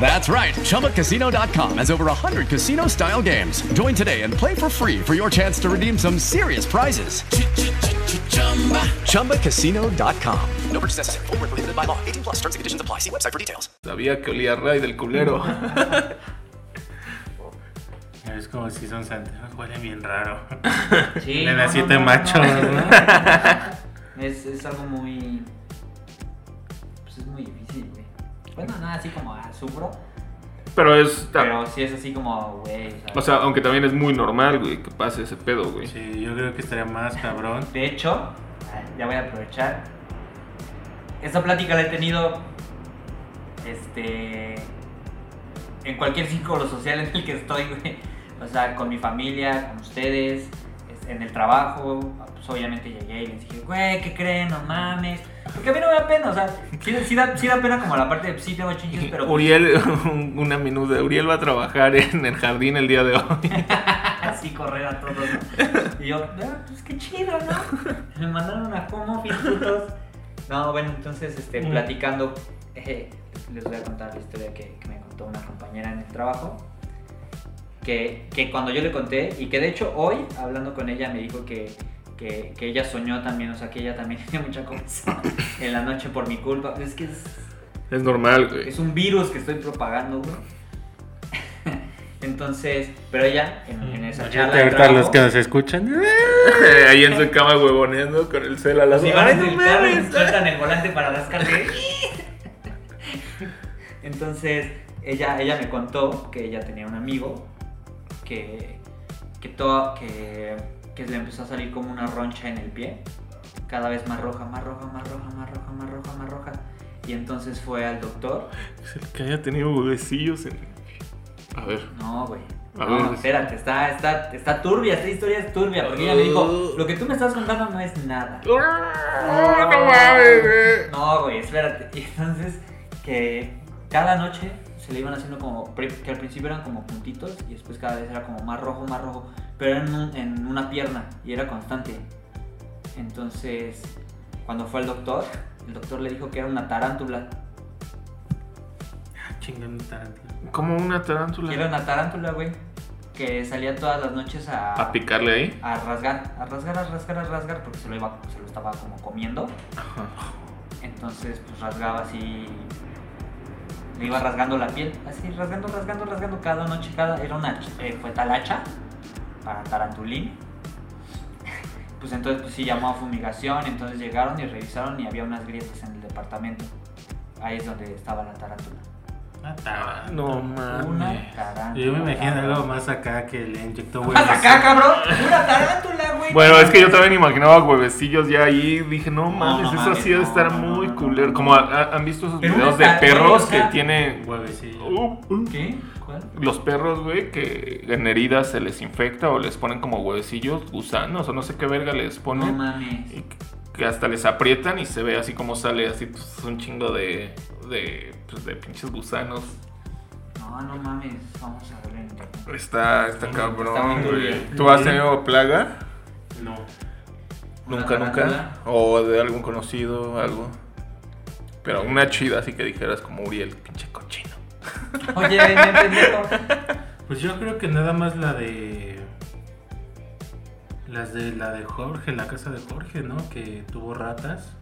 Speaker 4: That's right. ChumbaCasino.com has over 100 casino-style games. Join today and play for free for your chance to redeem some serious prizes. ChumbaCasino.com. No purchase necessary. Void where prohibited by law. 18 plus. Terms and conditions apply. See website for details.
Speaker 3: Sabía que olía a raid el culero.
Speaker 1: Es como si son santeros, huele bien raro. [LAUGHS]
Speaker 2: Sí,
Speaker 1: Le da
Speaker 2: no,
Speaker 1: siete
Speaker 2: no, no,
Speaker 1: machos,
Speaker 2: no,
Speaker 1: ¿no?
Speaker 2: Es, es algo muy. Pues es muy difícil, güey. Bueno, nada, así como ah, sufro.
Speaker 3: [LAUGHS] Pero es.
Speaker 2: Pero sí es así como, güey.
Speaker 3: O sea, aunque también es muy normal, güey, que pase ese pedo, güey.
Speaker 1: Sí, yo creo que estaría más cabrón.
Speaker 2: De hecho, ya voy a aprovechar. Esta plática la he tenido. Este. En cualquier círculo social en el que estoy, güey. O sea, con mi familia, con ustedes, es- en el trabajo. Pues obviamente llegué y les dije, güey, ¿qué creen? No mames. Porque a mí no me da pena, o sea, sí, sí da, sí da pena como la parte de pues, sí tengo chinches,
Speaker 3: [LAUGHS]
Speaker 2: pero.
Speaker 3: Uriel, un- una minuta. Uriel va a trabajar en el jardín el día
Speaker 2: [LAUGHS]
Speaker 3: de hoy.
Speaker 2: así correr a todos. ¿no? Y yo, ah, pues qué chido, ¿no? Me mandaron a home office putos. No, bueno, entonces, este, platicando, eh, les voy a contar la historia que, que me contó una compañera en el trabajo. Que, que cuando yo le conté, y que de hecho hoy, hablando con ella, me dijo que, que, que ella soñó también, o sea, que ella también [LAUGHS] tenía mucha cosa en la noche por mi culpa. Es que es,
Speaker 3: Es normal, güey.
Speaker 2: es un virus que estoy propagando, güey. [LAUGHS] Entonces, pero ella en, en esa charla.
Speaker 1: Mm, Imagínate
Speaker 2: de
Speaker 1: ahorita los
Speaker 2: trabajo,
Speaker 1: que nos escuchan.
Speaker 3: [LAUGHS]
Speaker 1: [LAUGHS]
Speaker 3: Ahí en su cama huevoneando con el cel a las
Speaker 2: Los
Speaker 3: ¡Ay,
Speaker 2: iban
Speaker 3: no
Speaker 2: del carro y
Speaker 3: mames!
Speaker 2: sueltan el volante para rascarle. [LAUGHS] Entonces, ella, ella me contó que ella tenía un amigo que, que, to- que, que le empezó a salir como una roncha en el pie, cada vez más roja, más roja, más roja, más roja, más roja, más roja. Y entonces fue al doctor.
Speaker 3: Es el que haya tenido huevecillos en. A ver.
Speaker 2: No, güey.
Speaker 3: A
Speaker 2: No,
Speaker 3: ver.
Speaker 2: espérate, está, está, está turbia, esta historia es turbia, porque ella me
Speaker 3: Uh.
Speaker 2: dijo, lo que tú me estás contando no es nada. No, güey, espérate. [LAUGHS] Y entonces, que cada noche se le iban haciendo como. pri- que al principio eran como puntitos y después cada vez era como más rojo, más rojo. Pero era en, un- en una pierna y era constante. Entonces, cuando fue al doctor, el doctor le dijo que era una tarántula.
Speaker 1: Chingando Tarantino.
Speaker 3: Como una
Speaker 2: Que era
Speaker 3: tarántula.
Speaker 2: una tarántula, güey. Que salía todas las noches a.
Speaker 3: A picarle ahí.
Speaker 2: a rasgar, a rasgar, a rasgar, a rasgar, porque se lo, iba, se lo estaba como comiendo. Entonces, pues rasgaba así. Le iba rasgando la piel, así, rasgando, rasgando, rasgando cada noche, cada. Era una. eh, fue tal hacha para Tarantulín. [LAUGHS] Pues entonces, pues sí, llamó a fumigación. Entonces llegaron y revisaron y había unas grietas en el departamento. Ahí es donde estaba la tarántula.
Speaker 1: Una
Speaker 2: Ah,
Speaker 1: tarántula.
Speaker 3: No
Speaker 2: Una
Speaker 3: mames.
Speaker 2: tarántula.
Speaker 1: Yo Ah, me imagino
Speaker 2: [LAUGHS]
Speaker 1: algo más acá que le inyectó
Speaker 2: ¡Más
Speaker 1: huevos.
Speaker 2: acá, cabrón! ¡Una tarántula, güey!
Speaker 3: Bueno, es que yo también imaginaba huevecillos ya ahí. Dije, no mames,
Speaker 2: no
Speaker 3: eso
Speaker 2: mames,
Speaker 3: sí debe
Speaker 2: no,
Speaker 3: estar
Speaker 2: no, no,
Speaker 3: muy
Speaker 2: no, no,
Speaker 3: culero.
Speaker 2: no.
Speaker 3: Como a- a- han visto esos
Speaker 2: Pero una
Speaker 3: videos de
Speaker 2: tarántula,
Speaker 3: perros
Speaker 2: o
Speaker 3: que
Speaker 2: sea-
Speaker 3: tienen.
Speaker 1: Huevecillo.
Speaker 3: Uh, uh.
Speaker 2: ¿Qué? ¿Cuál?
Speaker 3: Los perros, güey, que en heridas se les infecta o les ponen como huevecillos, gusanos o no sé qué verga les
Speaker 2: No
Speaker 3: ponen.
Speaker 2: mames.
Speaker 3: y que hasta les aprietan y se ve así como sale así pues, un chingo de, de, pues, de pinches gusanos.
Speaker 2: No, no mames, vamos a ver en internet.
Speaker 3: Está,
Speaker 2: Está
Speaker 3: está
Speaker 2: muy
Speaker 3: cabrón,
Speaker 2: duro.
Speaker 3: güey. ¿Tú has tenido plaga?
Speaker 1: No.
Speaker 2: Una
Speaker 3: Nunca,
Speaker 2: tarántula.
Speaker 3: nunca. O de algún conocido, algo. Pero una chida, así que dijeras como Uriel, pinche cochino.
Speaker 2: [LAUGHS] Oye, me pendejo.
Speaker 1: Pues yo creo que nada más la de. Las de la de Jorge, la casa de Jorge, ¿no? Que tuvo ratas.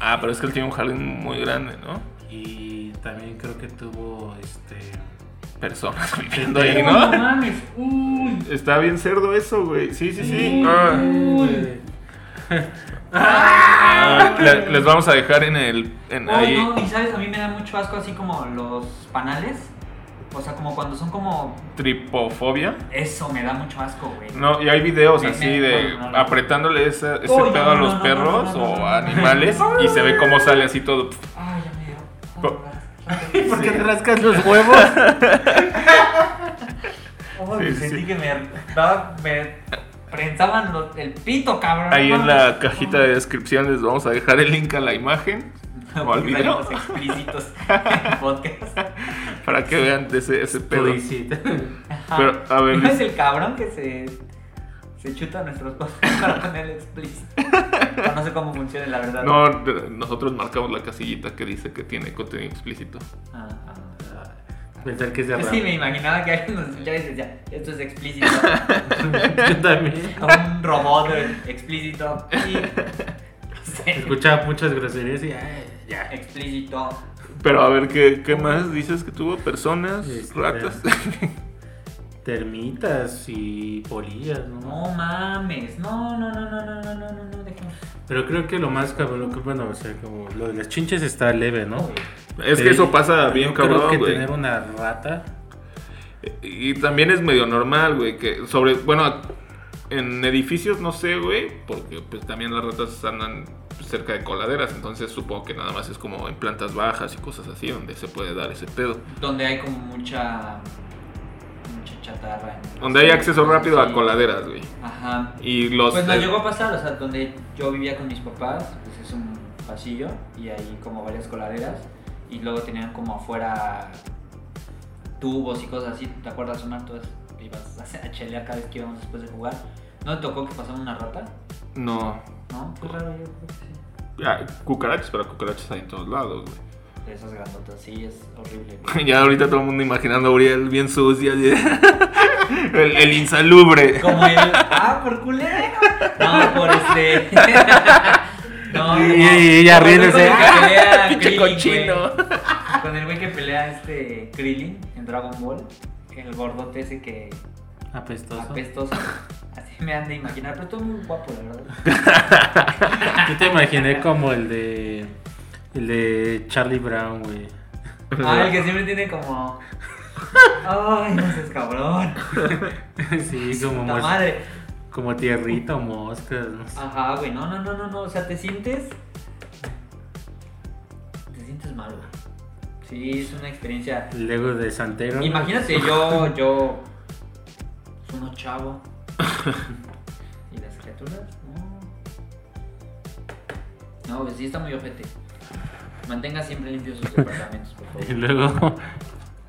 Speaker 3: Ah, pero es que él tiene un jardín muy grande, ¿no?
Speaker 1: Y también creo que tuvo este.
Speaker 3: Personas [LAUGHS] viviendo ahí,
Speaker 1: Uy,
Speaker 2: No
Speaker 3: ¿no?
Speaker 2: mames. Uy.
Speaker 3: Está bien cerdo eso, güey. Sí, sí, sí.
Speaker 1: Uy.
Speaker 3: Ah. Ah, le- les vamos a dejar en el. En
Speaker 2: Ay,
Speaker 3: ahí.
Speaker 2: no, y sabes, a mí me da mucho asco así como los panales. O sea, como cuando son como.
Speaker 3: Tripofobia.
Speaker 2: Eso me da mucho asco, güey.
Speaker 3: No, y hay videos
Speaker 2: Me-
Speaker 3: así
Speaker 2: me-
Speaker 3: de
Speaker 2: no, no, no.
Speaker 3: apretándole esa- ese
Speaker 2: Uy, no,
Speaker 3: pedo a
Speaker 2: no,
Speaker 3: los
Speaker 2: no, no,
Speaker 3: perros
Speaker 2: no, no, no,
Speaker 3: o
Speaker 2: no,
Speaker 3: a
Speaker 2: no.
Speaker 3: animales y se ve cómo sale así todo.
Speaker 2: Ay, ya me dio. Ay,
Speaker 3: Po-
Speaker 2: gracias.
Speaker 1: ¿Por qué te rascas los
Speaker 2: [LAUGHS]
Speaker 1: huevos?
Speaker 2: Ay,
Speaker 3: Sí,
Speaker 2: sentí
Speaker 3: sí.
Speaker 2: que me, daba- me prensaban los- el pito, cabrón.
Speaker 3: Ahí
Speaker 2: No
Speaker 3: en la
Speaker 2: mames.
Speaker 3: cajita de descripción les vamos a dejar el link a la imagen [LAUGHS] o
Speaker 2: [LAUGHS] Porque
Speaker 3: al
Speaker 2: salen
Speaker 3: video
Speaker 2: los explícitos en podcast.
Speaker 3: [LAUGHS] para que vean de ese, ese pedo.
Speaker 1: Felicita.
Speaker 2: [LAUGHS] Ajá.
Speaker 3: Pero, a ver,
Speaker 2: ¿No es
Speaker 3: dice-
Speaker 2: el cabrón que se, se chuta nuestros podcasts [LAUGHS] para ponerle explícito? O no sé cómo funciona, la verdad.
Speaker 3: No, de- nosotros marcamos la casillita que dice que tiene contenido explícito.
Speaker 2: Ah, ah.
Speaker 1: Pensar [LAUGHS] que es de
Speaker 2: Yo
Speaker 1: rata.
Speaker 2: sí me imaginaba que alguien nos escuchaba y decía, esto es
Speaker 3: [LAUGHS]
Speaker 2: explícito.
Speaker 1: Yo también.
Speaker 2: Como un robot eh, explícito. Sí. No sé.
Speaker 1: Escuchaba muchas groserías y ah, ay, ya.
Speaker 2: Explícito.
Speaker 3: [LAUGHS] Pero a ver, ¿qué, qué más dices que tuvo? Personas,
Speaker 1: Este,
Speaker 3: ratas.
Speaker 1: termitas y polillas, ¿no?
Speaker 2: No mames, no, no, no, no, no, no, no, no, no, déjame.
Speaker 1: Pero creo que lo más cabrón, que, bueno, o sea, como lo de las chinches está leve, ¿no?
Speaker 3: Es que
Speaker 1: Pero
Speaker 3: eso pasa
Speaker 1: yo
Speaker 3: bien
Speaker 1: Creo
Speaker 3: cabrón,
Speaker 1: que
Speaker 3: güey.
Speaker 1: tener una rata.
Speaker 3: Y también es medio normal, güey, que sobre, bueno, en edificios no sé, güey, porque pues también las ratas andan cerca de coladeras, entonces supongo que nada más es como en plantas bajas y cosas así donde se puede dar ese pedo.
Speaker 2: Donde hay como mucha. mucha chatarra. en-
Speaker 3: Donde hay acceso rápido a
Speaker 2: Sí.
Speaker 3: coladeras, güey.
Speaker 2: Ajá.
Speaker 3: Y los
Speaker 2: Pues nos
Speaker 3: eh,
Speaker 2: llegó a pasar, o sea, donde yo vivía con mis papás, pues es un pasillo y hay como varias coladeras y luego tenían como afuera tubos y cosas así, ¿te acuerdas, Omar? Tú ibas a a chelear cada vez que íbamos después de jugar. ¿No te tocó que pasara una rata?
Speaker 3: no
Speaker 2: ¿No? Qué raro, yo creo que sí.
Speaker 3: ah, cucarachas, pero cucarachas hay en todos lados, güey. [LAUGHS]
Speaker 2: De esas grandotas, sí, es horrible. güey.
Speaker 3: Ya ahorita todo el mundo imaginando a Uriel bien sucia, así de- [LAUGHS] el, el insalubre.
Speaker 2: Como el... [LAUGHS] ¡Ah, por culero! No, por este... [LAUGHS] No,
Speaker 1: Y-
Speaker 2: no.
Speaker 1: y ella
Speaker 2: Como el güey
Speaker 1: riéndose,
Speaker 2: con el que
Speaker 1: ¡ah, [LAUGHS]
Speaker 2: pelea
Speaker 3: pinche
Speaker 2: Krillin, güey.
Speaker 3: cochino.
Speaker 2: Con el güey que pelea este Krillin en Dragon Ball, el gordote ese que
Speaker 1: Apestoso.
Speaker 2: apestoso. Así me han de imaginar, pero todo muy guapo, la
Speaker 1: [LAUGHS]
Speaker 2: verdad.
Speaker 1: Yo te imaginé como el de. El de Charlie Brown, güey.
Speaker 2: Ah, el que siempre tiene como. Ay, no seas cabrón.
Speaker 1: [LAUGHS] Sí, como,
Speaker 2: Puta
Speaker 1: mos-
Speaker 2: madre.
Speaker 1: como tierrita o moscas. no sé.
Speaker 2: Ajá, güey, no, no, no, no, no. O sea, te sientes. Te sientes mal, güey. Sí, es una experiencia.
Speaker 1: El Lego de Santero.
Speaker 2: Imagínate, yo, yo. Soy uno chavo. ¿Y las criaturas? No. No, pues sí está muy ojete. Mantenga siempre limpios sus departamentos,
Speaker 1: [LAUGHS]
Speaker 2: por
Speaker 1: Y
Speaker 2: favor.
Speaker 1: [LAUGHS] luego.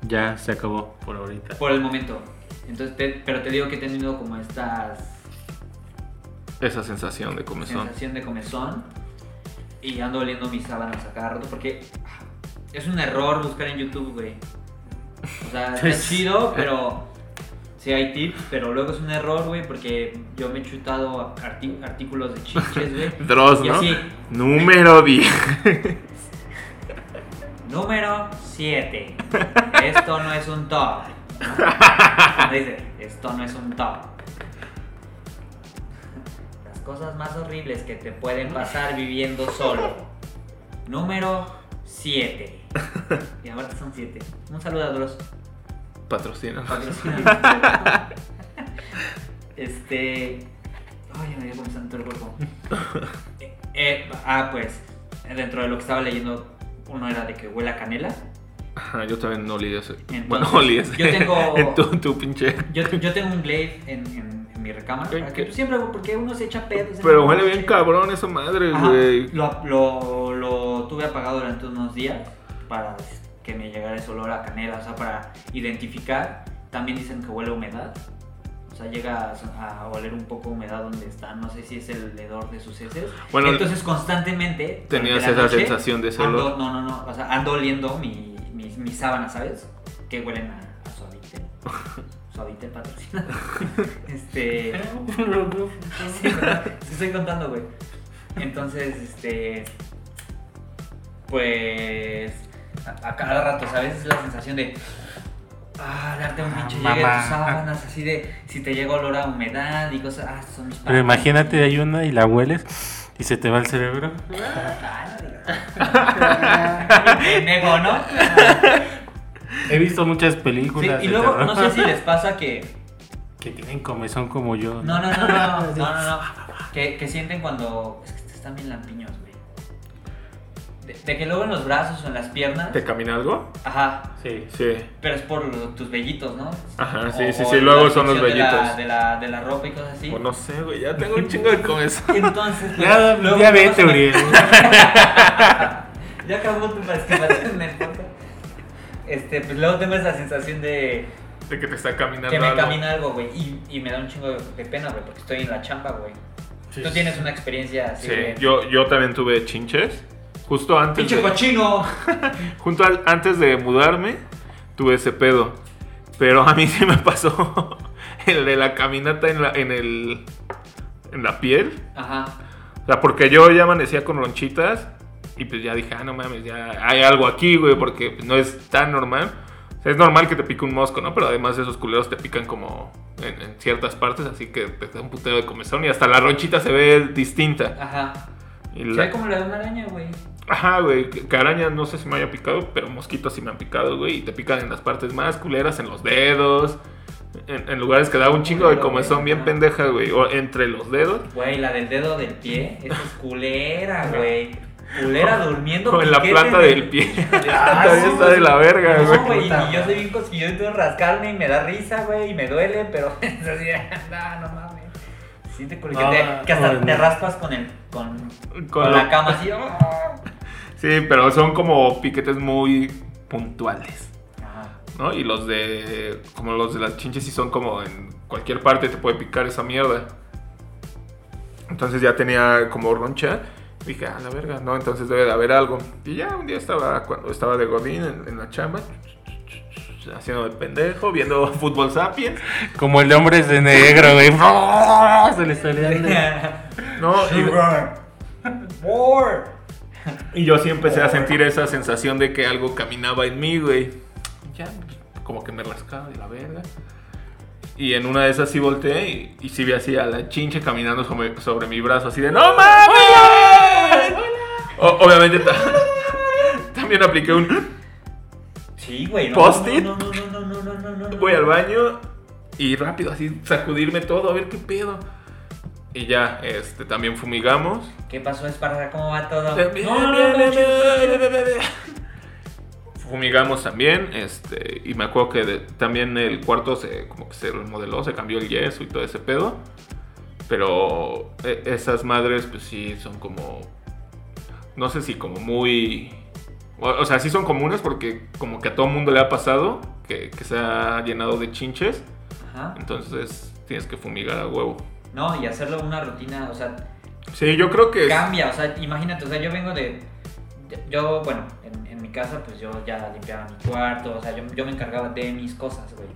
Speaker 1: Ya se acabó por ahorita.
Speaker 2: Por el momento. Entonces, te- pero te digo que he tenido como esta
Speaker 3: Esa sensación de comezón.
Speaker 2: sensación de comezón y ando oliendo mis sábanas a cada rato porque ah, es un error buscar en YouTube, güey. O sea, está
Speaker 1: Es-
Speaker 3: eh.
Speaker 2: chido, pero sí hay tips, pero luego es un error, güey, porque yo me he chutado arti- artículos de chinches, güey.
Speaker 3: [LAUGHS] Dross,
Speaker 2: Y
Speaker 3: ¿no?
Speaker 2: así,
Speaker 3: Número 10.
Speaker 2: Número 7. Esto no es un top. Cuando dice, esto no es un top. Las cosas más horribles que te pueden pasar viviendo solo. Número 7. Y aparte son 7. Un saludo a Dross.
Speaker 3: Patrocina.
Speaker 2: Patrocina. Este. Ay, me dio como santo el cuerpo. Eh, eh, ah, pues. Dentro de lo que estaba leyendo, uno era de que huele a canela.
Speaker 3: Ajá, yo también no olí ese.
Speaker 2: Entonces,
Speaker 3: bueno, olí ese.
Speaker 2: yo tengo-
Speaker 3: [LAUGHS] en tu, tu pinche.
Speaker 2: Yo, yo tengo un glaive en, en- en mi recámara.
Speaker 3: ¿Qué-
Speaker 2: para que
Speaker 3: qué?
Speaker 2: tú siempre, porque uno se echa pedos. en
Speaker 3: Pero
Speaker 2: la
Speaker 3: huele
Speaker 2: noche.
Speaker 3: bien cabrón esa madre,
Speaker 2: Ajá,
Speaker 3: güey.
Speaker 2: Lo, lo, lo tuve apagado durante unos días para que me llegara ese olor a canela, o sea, para identificar. También dicen que huele a humedad. O sea, llega a, a oler un poco a humedad donde está. No sé si es el hedor de sus heces.
Speaker 3: Bueno,
Speaker 2: Entonces, constantemente.
Speaker 3: tenías
Speaker 2: durante la
Speaker 3: esa sensación de ese
Speaker 2: ando-
Speaker 3: olor.
Speaker 2: No, no, no. O sea, ando oliendo mi, mis, mis sábanas, ¿sabes? Que huelen a, a
Speaker 3: [LAUGHS]
Speaker 2: suavitel. Suavitel patrocina. [LAUGHS] este. Sí, [LAUGHS] ¿verdad? Sí, estoy contando, güey. Entonces, este. Pues. A, a cada rato, ¿sabes? Es la sensación de. Ah, darte un pinche llegue a tus
Speaker 1: mamá.
Speaker 2: sábanas, así de. Si te llega olor a humedad y cosas. Ah, son mis
Speaker 1: Pero
Speaker 2: patas.
Speaker 1: imagínate, hay una y la hueles y se te va el cerebro.
Speaker 2: Ah, [LAUGHS] Nego, ¿no?
Speaker 1: He visto muchas
Speaker 2: Sí,
Speaker 1: películas.
Speaker 2: y
Speaker 1: de
Speaker 2: luego,
Speaker 1: terror
Speaker 2: no sé si les pasa que.
Speaker 1: [LAUGHS] Que tienen comezón como yo.
Speaker 2: No, no, no, no, [LAUGHS] no, no, no. Que, que sienten cuando. Es que están bien lampiños, güey. De, de que luego en los brazos o en las piernas.
Speaker 3: ¿Te camina algo?
Speaker 2: Ajá.
Speaker 1: Sí.
Speaker 3: Sí.
Speaker 2: Pero es por los- tus vellitos, ¿no?
Speaker 3: Ajá, sí, sí,
Speaker 2: o
Speaker 3: sí,
Speaker 2: la
Speaker 3: luego son los
Speaker 2: fricción de la-
Speaker 3: vellitos.
Speaker 2: De la, de la ropa y cosas así.
Speaker 3: O no sé, güey. Ya tengo un chingo de comezón. [LAUGHS]
Speaker 2: Entonces, pues,
Speaker 1: Ya,
Speaker 2: luego-
Speaker 1: ya vete, Uriel.
Speaker 2: [LAUGHS] ya acabó tu participación en el podcast. Este, pues luego tengo esa sensación de
Speaker 3: De que te está caminando
Speaker 2: que me
Speaker 3: algo.
Speaker 2: camina algo, güey. Y, y me da un chingo de, de pena, güey, porque estoy en la chamba, güey. Tú tienes una experiencia así.
Speaker 3: Sí,
Speaker 2: de-
Speaker 3: yo, yo también tuve chinches. Justo antes
Speaker 2: ¡Pinche
Speaker 3: de, [LAUGHS]
Speaker 2: cochino!
Speaker 3: junto al- antes de mudarme, tuve ese pedo. Pero a mí sí me pasó [LAUGHS] el de la caminata en la, en el, en la piel.
Speaker 2: Ajá.
Speaker 3: O sea, porque yo ya amanecía con ronchitas y pues ya dije, ah, no mames, ya hay algo aquí, güey, porque pues, no es tan normal. O sea, es normal que te pique un mosco, ¿no? Pero además esos culeros te pican como en, en ciertas partes, así que te da un putero de comezón y hasta la ronchita se ve distinta.
Speaker 2: Ajá.
Speaker 3: Y
Speaker 2: Se
Speaker 3: la-
Speaker 2: ve como la de una araña, güey.
Speaker 3: Ajá, güey, que- que araña no sé si me haya picado, pero mosquitos sí me han picado, güey, y te pican en las partes más culeras, en los dedos, en, en lugares que da un chingo de comezón bien pendeja, güey, o entre los dedos.
Speaker 2: Güey, la del dedo del pie. Esa es culera, güey. Culera durmiendo.
Speaker 3: O en la
Speaker 2: piquete
Speaker 3: planta
Speaker 2: de-
Speaker 3: del pie.
Speaker 2: [LAUGHS] Ah,
Speaker 3: También
Speaker 2: sí,
Speaker 3: está
Speaker 2: güey.
Speaker 3: de la verga,
Speaker 2: No,
Speaker 3: güey.
Speaker 2: güey, y yo soy bien cosquilloso, entonces rascarme y me da risa, güey, y me duele, pero [LAUGHS] es así, de, "Ah, no mames. Siente culero, que,
Speaker 1: Ah,
Speaker 2: te, que hasta
Speaker 1: bueno.
Speaker 2: te raspas con el con,
Speaker 3: Con
Speaker 2: con
Speaker 3: lo-
Speaker 2: la cama así. "Ah".
Speaker 3: Sí, pero son como piquetes muy puntuales.
Speaker 2: Ajá.
Speaker 3: ¿no? Y los de. Como los de las chinches, sí son como en cualquier parte te puede picar esa mierda. Entonces ya tenía como roncha. Dije, a la verga, no, entonces debe de haber algo. Y ya un día estaba, cuando estaba de Godín en, en la chamba, haciendo el pendejo, viendo [LAUGHS] Fútbol Sapiens.
Speaker 1: Como el de hombres de negro, güey. Se le salía.
Speaker 3: No,
Speaker 2: [LAUGHS]
Speaker 3: y,
Speaker 2: War.
Speaker 3: y yo sí empecé a sentir esa sensación de que algo caminaba en mí, güey. Ya, como que me rascaba de la verga. Y en una de esas sí volteé y, y sí vi así a la chinche caminando sobre, sobre mi brazo, así de ¡No mames! O- obviamente ta- [LAUGHS] también apliqué un
Speaker 2: Sí, güey. No,
Speaker 3: Post-it.
Speaker 2: No, no, no, no, no, no, no, no, no.
Speaker 3: voy al baño y rápido así sacudirme todo a ver qué pedo. Y ya, este, también fumigamos.
Speaker 2: ¿Qué pasó, Esparza? ¿Cómo va todo?
Speaker 3: Fumigamos también, este, y me acuerdo que de- también el cuarto se como que se remodeló, se cambió el yeso y todo ese pedo. Pero e- esas madres, pues sí, son como. No sé si como muy. O, o sea, sí son comunes porque como que a todo mundo le ha pasado que, que se ha llenado de chinches.
Speaker 2: Ajá.
Speaker 3: Entonces tienes que fumigar a huevo.
Speaker 2: No, y hacerlo una rutina, o sea,
Speaker 3: Sí, yo creo que. es-
Speaker 2: cambia, o sea, imagínate, o sea, yo vengo de, de- yo, bueno, en, en mi casa, pues yo ya limpiaba mi cuarto, o sea, yo, yo me encargaba de mis cosas, güey.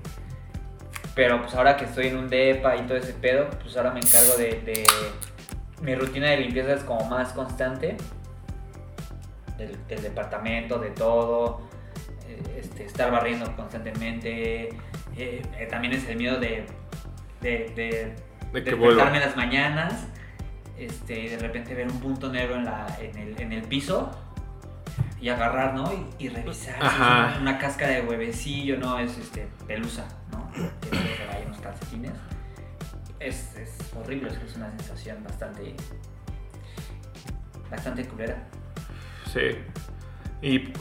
Speaker 2: Pero pues ahora que estoy en un depa y todo ese pedo, pues ahora me encargo de, de- mi rutina de limpieza es como más constante, del, del departamento, de todo, eh, este, estar barriendo constantemente, eh, eh, también es el miedo de, de, de,
Speaker 3: De que vuelva.
Speaker 2: despertarme en las mañanas este, y de repente ver un punto negro en, la, en, el, en el piso y agarrar, ¿no? Y, y revisar. si es
Speaker 3: Ajá.
Speaker 2: una, una cáscara de huevecillo, ¿no? Es este, pelusa, ¿no? Que luego se vayan los calcetines. Es, es horrible, es que es una sensación bastante. bastante culera.
Speaker 3: Sí. Y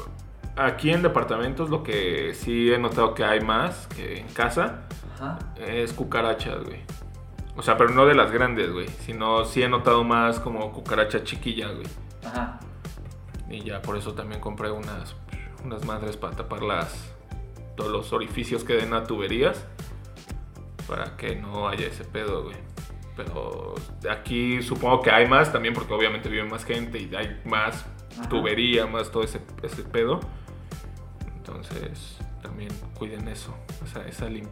Speaker 3: aquí en departamentos lo que sí he notado que hay más que en casa
Speaker 2: Ajá.
Speaker 3: es cucarachas, güey. O sea, pero no de las grandes, güey. Sino sí he notado más como cucarachas chiquillas, güey.
Speaker 2: Ajá.
Speaker 3: Y ya por eso también compré unas, unas madres para tapar las, todos los orificios que den a tuberías. Para que no haya ese pedo, güey. Pero aquí supongo que hay más también porque obviamente vive más gente y hay más
Speaker 2: Ajá.
Speaker 3: tubería, más todo ese, ese pedo. Entonces también cuiden eso. O sea, esa limpieza.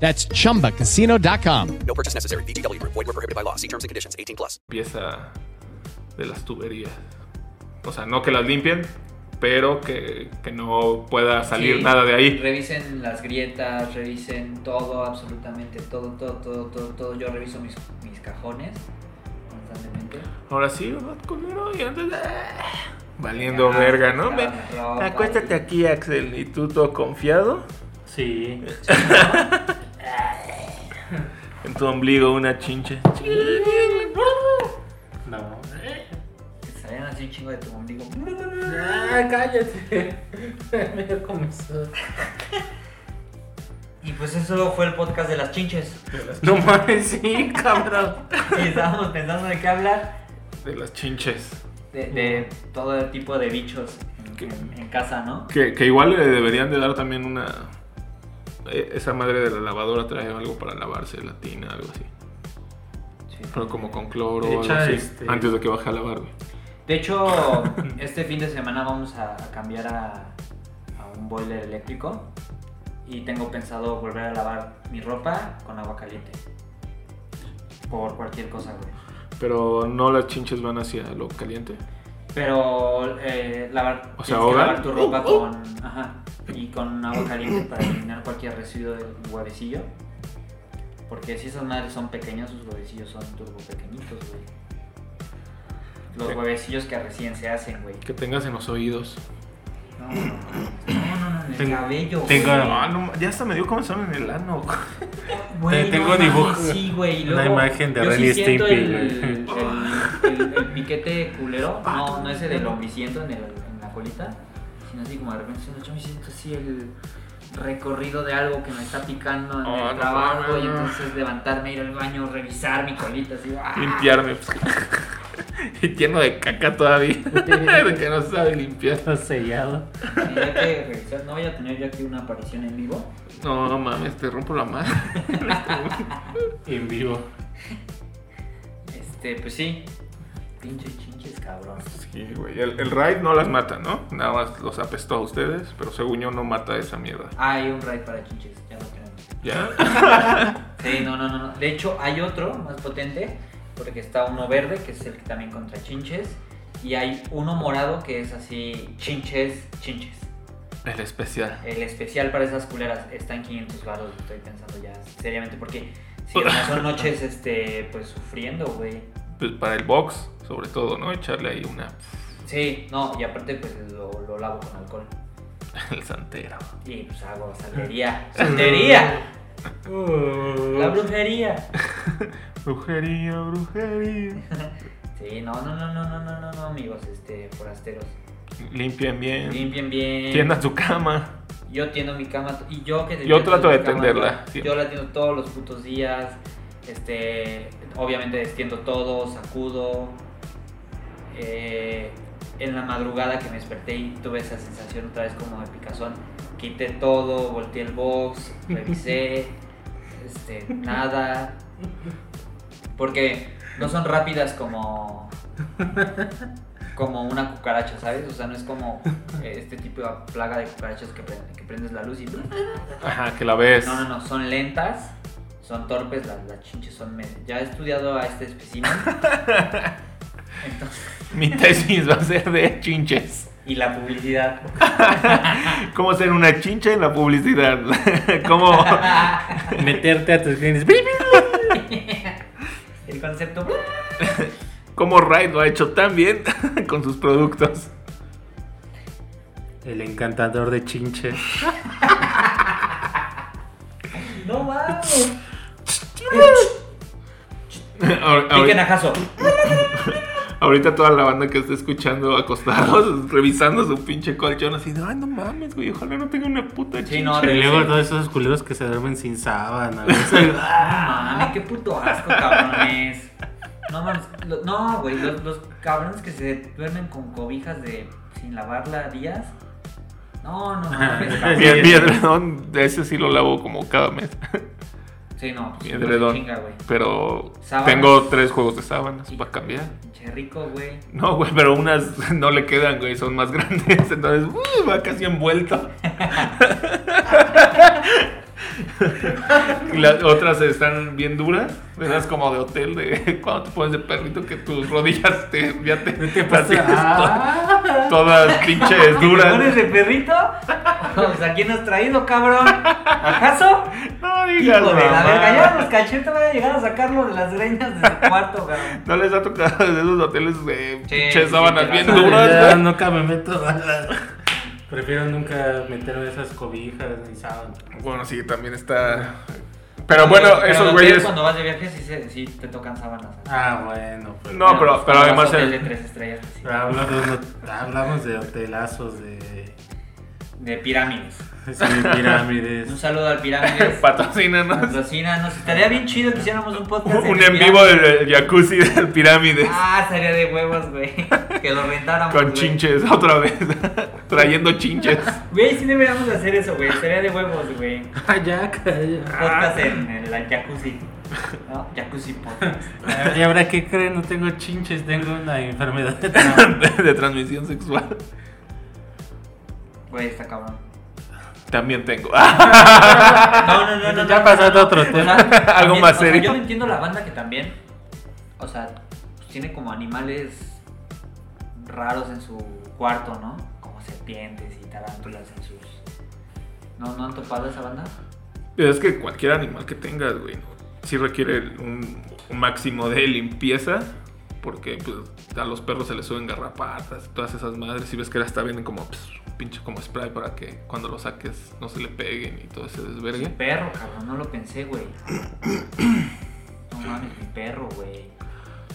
Speaker 4: That's chumbacasino.com.
Speaker 5: No purchase necessary. VGW Group. Void were prohibited by law. See terms and conditions. 18 plus.
Speaker 3: pieza de las tuberías. O sea, no que las limpien, pero que, que no pueda salir
Speaker 2: Sí,
Speaker 3: nada de ahí.
Speaker 2: Revisen las grietas, revisen todo, absolutamente todo, todo, todo, todo, todo. Yo reviso mis, mis cajones constantemente.
Speaker 3: Ahora sí, ¿verdad, culero? Y antes. ¡ah! Valiendo
Speaker 2: Ya,
Speaker 3: verga, ¿no?
Speaker 2: ya,
Speaker 3: Ve,
Speaker 2: la ropa,
Speaker 3: acuéstate
Speaker 2: y-
Speaker 3: aquí, Axel. ¿Y tú todo confiado?
Speaker 1: Sí.
Speaker 3: [LAUGHS] En tu ombligo una chinche.
Speaker 1: No.
Speaker 2: Que salían así un chingo de tu ombligo.
Speaker 1: Ah, cállate. [LAUGHS] Mira cómo soy.
Speaker 2: Y pues eso fue el podcast de las
Speaker 3: [LAUGHS]
Speaker 2: chinches.
Speaker 3: No mames, sí, cabrón.
Speaker 2: Y estábamos pensando de qué hablar.
Speaker 3: De las chinches.
Speaker 2: De, de todo tipo de bichos en, en- en casa, ¿no?
Speaker 3: Que, que igual le deberían de dar también una... eh, Esa madre de la lavadora trae algo para lavarse, la tina, algo así. Pero como con cloro
Speaker 1: De
Speaker 3: o
Speaker 1: hecho,
Speaker 3: algo así.
Speaker 1: este-
Speaker 3: Antes de que baje a lavar, güey.
Speaker 2: De hecho, este fin de semana vamos a, a cambiar a, a un boiler eléctrico y tengo pensado volver a lavar mi ropa con agua caliente. Por cualquier cosa, güey.
Speaker 3: Pero no las chinches van hacia lo caliente.
Speaker 2: Pero eh, lavar,
Speaker 3: O
Speaker 2: tienes que
Speaker 3: sea, ahogar. Oh,
Speaker 2: lavar tu ropa con, ajá, y con agua caliente para eliminar cualquier residuo del huevecillo. Porque si esas madres son pequeñas, sus huevecillos son turbo pequeñitos, güey. Los
Speaker 3: Sí.
Speaker 2: huevecillos que recién se hacen, güey.
Speaker 3: Que tengas en los oídos.
Speaker 2: No, no, no, no, en el
Speaker 1: Tengo-
Speaker 2: cabello.
Speaker 1: tengo-
Speaker 2: güey.
Speaker 3: Ah, no, ya hasta me dio comezón en el ano. güey.
Speaker 2: Güey,
Speaker 1: tengo
Speaker 2: mames,
Speaker 1: dibujo.
Speaker 2: Sí, güey. y
Speaker 1: Una
Speaker 2: luego
Speaker 1: imagen de
Speaker 2: yo sí
Speaker 1: Ren y
Speaker 2: siento
Speaker 1: Stimpy,
Speaker 2: El,
Speaker 1: güey. Ah,
Speaker 2: el, el- el piquete culero, no, no ese del hombriciento en, el- en la colita, sino así como de repente siento, yo me siento así el recorrido de algo que me está picando en
Speaker 3: Oh,
Speaker 2: el
Speaker 3: no
Speaker 2: trabajo
Speaker 3: mames,
Speaker 2: y
Speaker 3: no.
Speaker 2: entonces levantarme, ir al baño, revisar mi colita, así. ¡ah!
Speaker 3: Limpiarme. pues. [LAUGHS] y lleno de caca todavía. [LAUGHS] de que no sabe limpiar.
Speaker 1: Todo sellado.
Speaker 2: Y hay que revisar. No voy a tener yo aquí una aparición en vivo.
Speaker 3: No, no mames, te rompo la madre.
Speaker 1: En vivo.
Speaker 2: Este, pues sí. Pinche chinches, cabrón.
Speaker 3: Sí, güey. El, el raid no las mata, ¿no? Nada más los apestó a ustedes, pero según yo no mata esa mierda.
Speaker 2: Hay un raid para chinches, ya no tenemos.
Speaker 3: ¿Ya?
Speaker 2: Sí, no, no, no, no. De hecho, hay otro más potente, porque está uno verde, que es el que también contra chinches, y hay uno morado que es así, chinches, chinches.
Speaker 3: El especial.
Speaker 2: [LAUGHS] El especial para esas culeras está en 500 baros, estoy pensando ya seriamente, porque si no son noches, este, pues sufriendo, güey.
Speaker 3: Pues para el box, sobre todo, ¿no? Echarle ahí una. [LAUGHS]
Speaker 2: Sí, no, y aparte, pues lo, lo lavo con alcohol.
Speaker 3: El santero.
Speaker 2: Y pues hago santería. ¡Santería! La brujería.
Speaker 3: Brujería, brujería.
Speaker 2: Sí, no, no, no, no, no, no, no, no, amigos, este, forasteros.
Speaker 3: Limpien bien.
Speaker 2: Limpien bien.
Speaker 3: Tiendan su cama.
Speaker 2: Yo tiendo mi cama y yo que
Speaker 3: Yo trato de
Speaker 2: mi cama,
Speaker 3: tenderla,
Speaker 2: yo-
Speaker 3: siempre.
Speaker 2: Yo la tiendo todos los putos días. Este, obviamente destiendo todo, sacudo. Eh, en la madrugada que me desperté y tuve esa sensación otra vez como de picazón, quité todo, volteé el box,
Speaker 3: [LAUGHS]
Speaker 2: revisé, este, nada. Porque no son rápidas como como una cucaracha, ¿sabes? O sea, no es como eh, este tipo de plaga de cucarachas que, prende- que prendes la luz y...
Speaker 3: Ajá, que la ves.
Speaker 2: No, no, no, son lentas, son torpes, las, las chinches son... med- Ya he estudiado a este espécimen. Entonces,
Speaker 3: Mi tesis va a ser de chinches.
Speaker 2: y la publicidad.
Speaker 3: ¿Cómo hacer una chincha en la publicidad? [LAUGHS] ¿Cómo?
Speaker 1: Meterte a tus clientes.
Speaker 2: El concepto...
Speaker 3: ¿Cómo Raid lo ha hecho tan bien [LAUGHS] con sus productos?
Speaker 1: El encantador de chinches.
Speaker 2: No mames.
Speaker 3: Ahor-
Speaker 2: Piquen
Speaker 3: ahorita,
Speaker 2: ajazo.
Speaker 3: ahorita toda la banda que está escuchando acostados, [LAUGHS] revisando su pinche colchón así, de, ay no mames, güey, ojalá no tenga una puta chincha.
Speaker 2: Sí, no,
Speaker 1: Y
Speaker 2: revisé.
Speaker 1: luego todos esos culeros que se duermen sin sábana. güey. O sea,
Speaker 2: Mami, qué puto asco, cabrones. No mames, lo- no, güey, los, los cabrones que se duermen con cobijas de sin lavarla días. No, no mames,
Speaker 3: Mi,
Speaker 2: cabrón.
Speaker 3: mi edredón, de ese sí lo lavo como cada mes. [LAUGHS]
Speaker 2: Sí, no,
Speaker 3: Mi
Speaker 2: pues no
Speaker 3: edredón.
Speaker 2: chinga, güey.
Speaker 3: Pero
Speaker 2: Sábanas.
Speaker 3: tengo tres juegos de sábanas para cambiar.
Speaker 2: Pinche rico, güey.
Speaker 3: No, güey, pero unas [LAUGHS] no le quedan, güey, son más [LAUGHS] grandes.
Speaker 1: [LAUGHS]
Speaker 3: Entonces, uh, va casi envuelto. Y las otras están bien duras. Esas como de hotel, de [LAUGHS] cuando te pones de perrito que tus rodillas te, ya te,
Speaker 1: ¿Qué
Speaker 3: [LAUGHS] las tienes to-
Speaker 2: Ah,
Speaker 3: todas
Speaker 1: [LAUGHS]
Speaker 3: pinches
Speaker 2: ¿Te pones
Speaker 3: duras.
Speaker 2: de perrito? [LAUGHS] Pues a quién has traído, cabrón. [LAUGHS] ¿Acaso?
Speaker 3: No digas,
Speaker 2: Hijo de la
Speaker 3: mamá.
Speaker 2: verga, ya los cachetes van a llegar a sacarlo de las greñas de su cuarto, cabrón.
Speaker 3: No les ha tocado de esos hoteles de
Speaker 2: Sí,
Speaker 3: pinches
Speaker 2: sí,
Speaker 3: sábanas
Speaker 2: te
Speaker 3: bien
Speaker 2: vas a
Speaker 3: duras.
Speaker 1: Ya
Speaker 3: güey.
Speaker 1: nunca me meto a la- Prefiero nunca meterme esas cobijas ni sábanas.
Speaker 3: Bueno, sí, también está. Pero Ah, bueno,
Speaker 2: Pero
Speaker 3: esos
Speaker 2: hotel,
Speaker 3: güeyes.
Speaker 2: Cuando vas de viaje, sí, se- sí te tocan sábanas.
Speaker 1: Ah, bueno, pues.
Speaker 3: No, pero, pero
Speaker 2: Cuando
Speaker 3: además.
Speaker 2: vas a hotel
Speaker 3: el- Ah.
Speaker 2: de tres estrellas, pues, sí.
Speaker 1: Pero hablo de uno- hablamos de hotelazos, de,
Speaker 2: De pirámides.
Speaker 1: sí,
Speaker 2: [LAUGHS]
Speaker 1: de
Speaker 2: Un
Speaker 1: pirámides.
Speaker 2: saludo al
Speaker 3: [LAUGHS]
Speaker 2: pirámides. [LAUGHS]
Speaker 3: Patrocínanos.
Speaker 2: Patrocina, nos estaría bien chido que hiciéramos un podcast.
Speaker 3: Un
Speaker 2: de
Speaker 3: en vivo
Speaker 2: pirámides.
Speaker 3: del jacuzzi del Pirámides.
Speaker 2: Ah, sería de huevos,
Speaker 3: [LAUGHS]
Speaker 2: güey. Que lo rentáramos.
Speaker 3: Con
Speaker 2: güey.
Speaker 3: chinches, [LAUGHS] otra vez. Trayendo chinches.
Speaker 2: Güey, sí deberíamos de hacer eso, güey. Sería de huevos, güey.
Speaker 1: Ah, ya, calla.
Speaker 2: Podcast en el jacuzzi. ¿No? Jacuzzi podcast.
Speaker 1: ¿Y ahora qué creen? No tengo chinches, tengo una enfermedad.
Speaker 3: [LAUGHS]
Speaker 1: No.
Speaker 3: De, de transmisión sexual.
Speaker 2: Güey, está cabrón.
Speaker 3: También tengo. [LAUGHS]
Speaker 2: No, no, no, no.
Speaker 1: Ya
Speaker 2: no,
Speaker 1: pasando
Speaker 2: no, no.
Speaker 1: a otro tema. [LAUGHS]
Speaker 2: también,
Speaker 3: Algo más
Speaker 2: o sea,
Speaker 3: serio.
Speaker 2: yo no entiendo la banda que también. O sea, pues, tiene como animales raros en su cuarto, ¿no? Como serpientes y tarántulas en sus. ¿No, no han topado esa banda?
Speaker 3: Es que cualquier animal que tengas, güey, sí requiere un, un máximo de limpieza. Porque pues, a los perros se les suben garrapatas, todas esas madres. Y ves que hasta vienen como pues, pinche como spray para que cuando lo saques no se le peguen y todo ese
Speaker 2: Mi
Speaker 3: desvergue.
Speaker 2: perro, cabrón, no lo pensé, güey. No mames, mi perro, güey.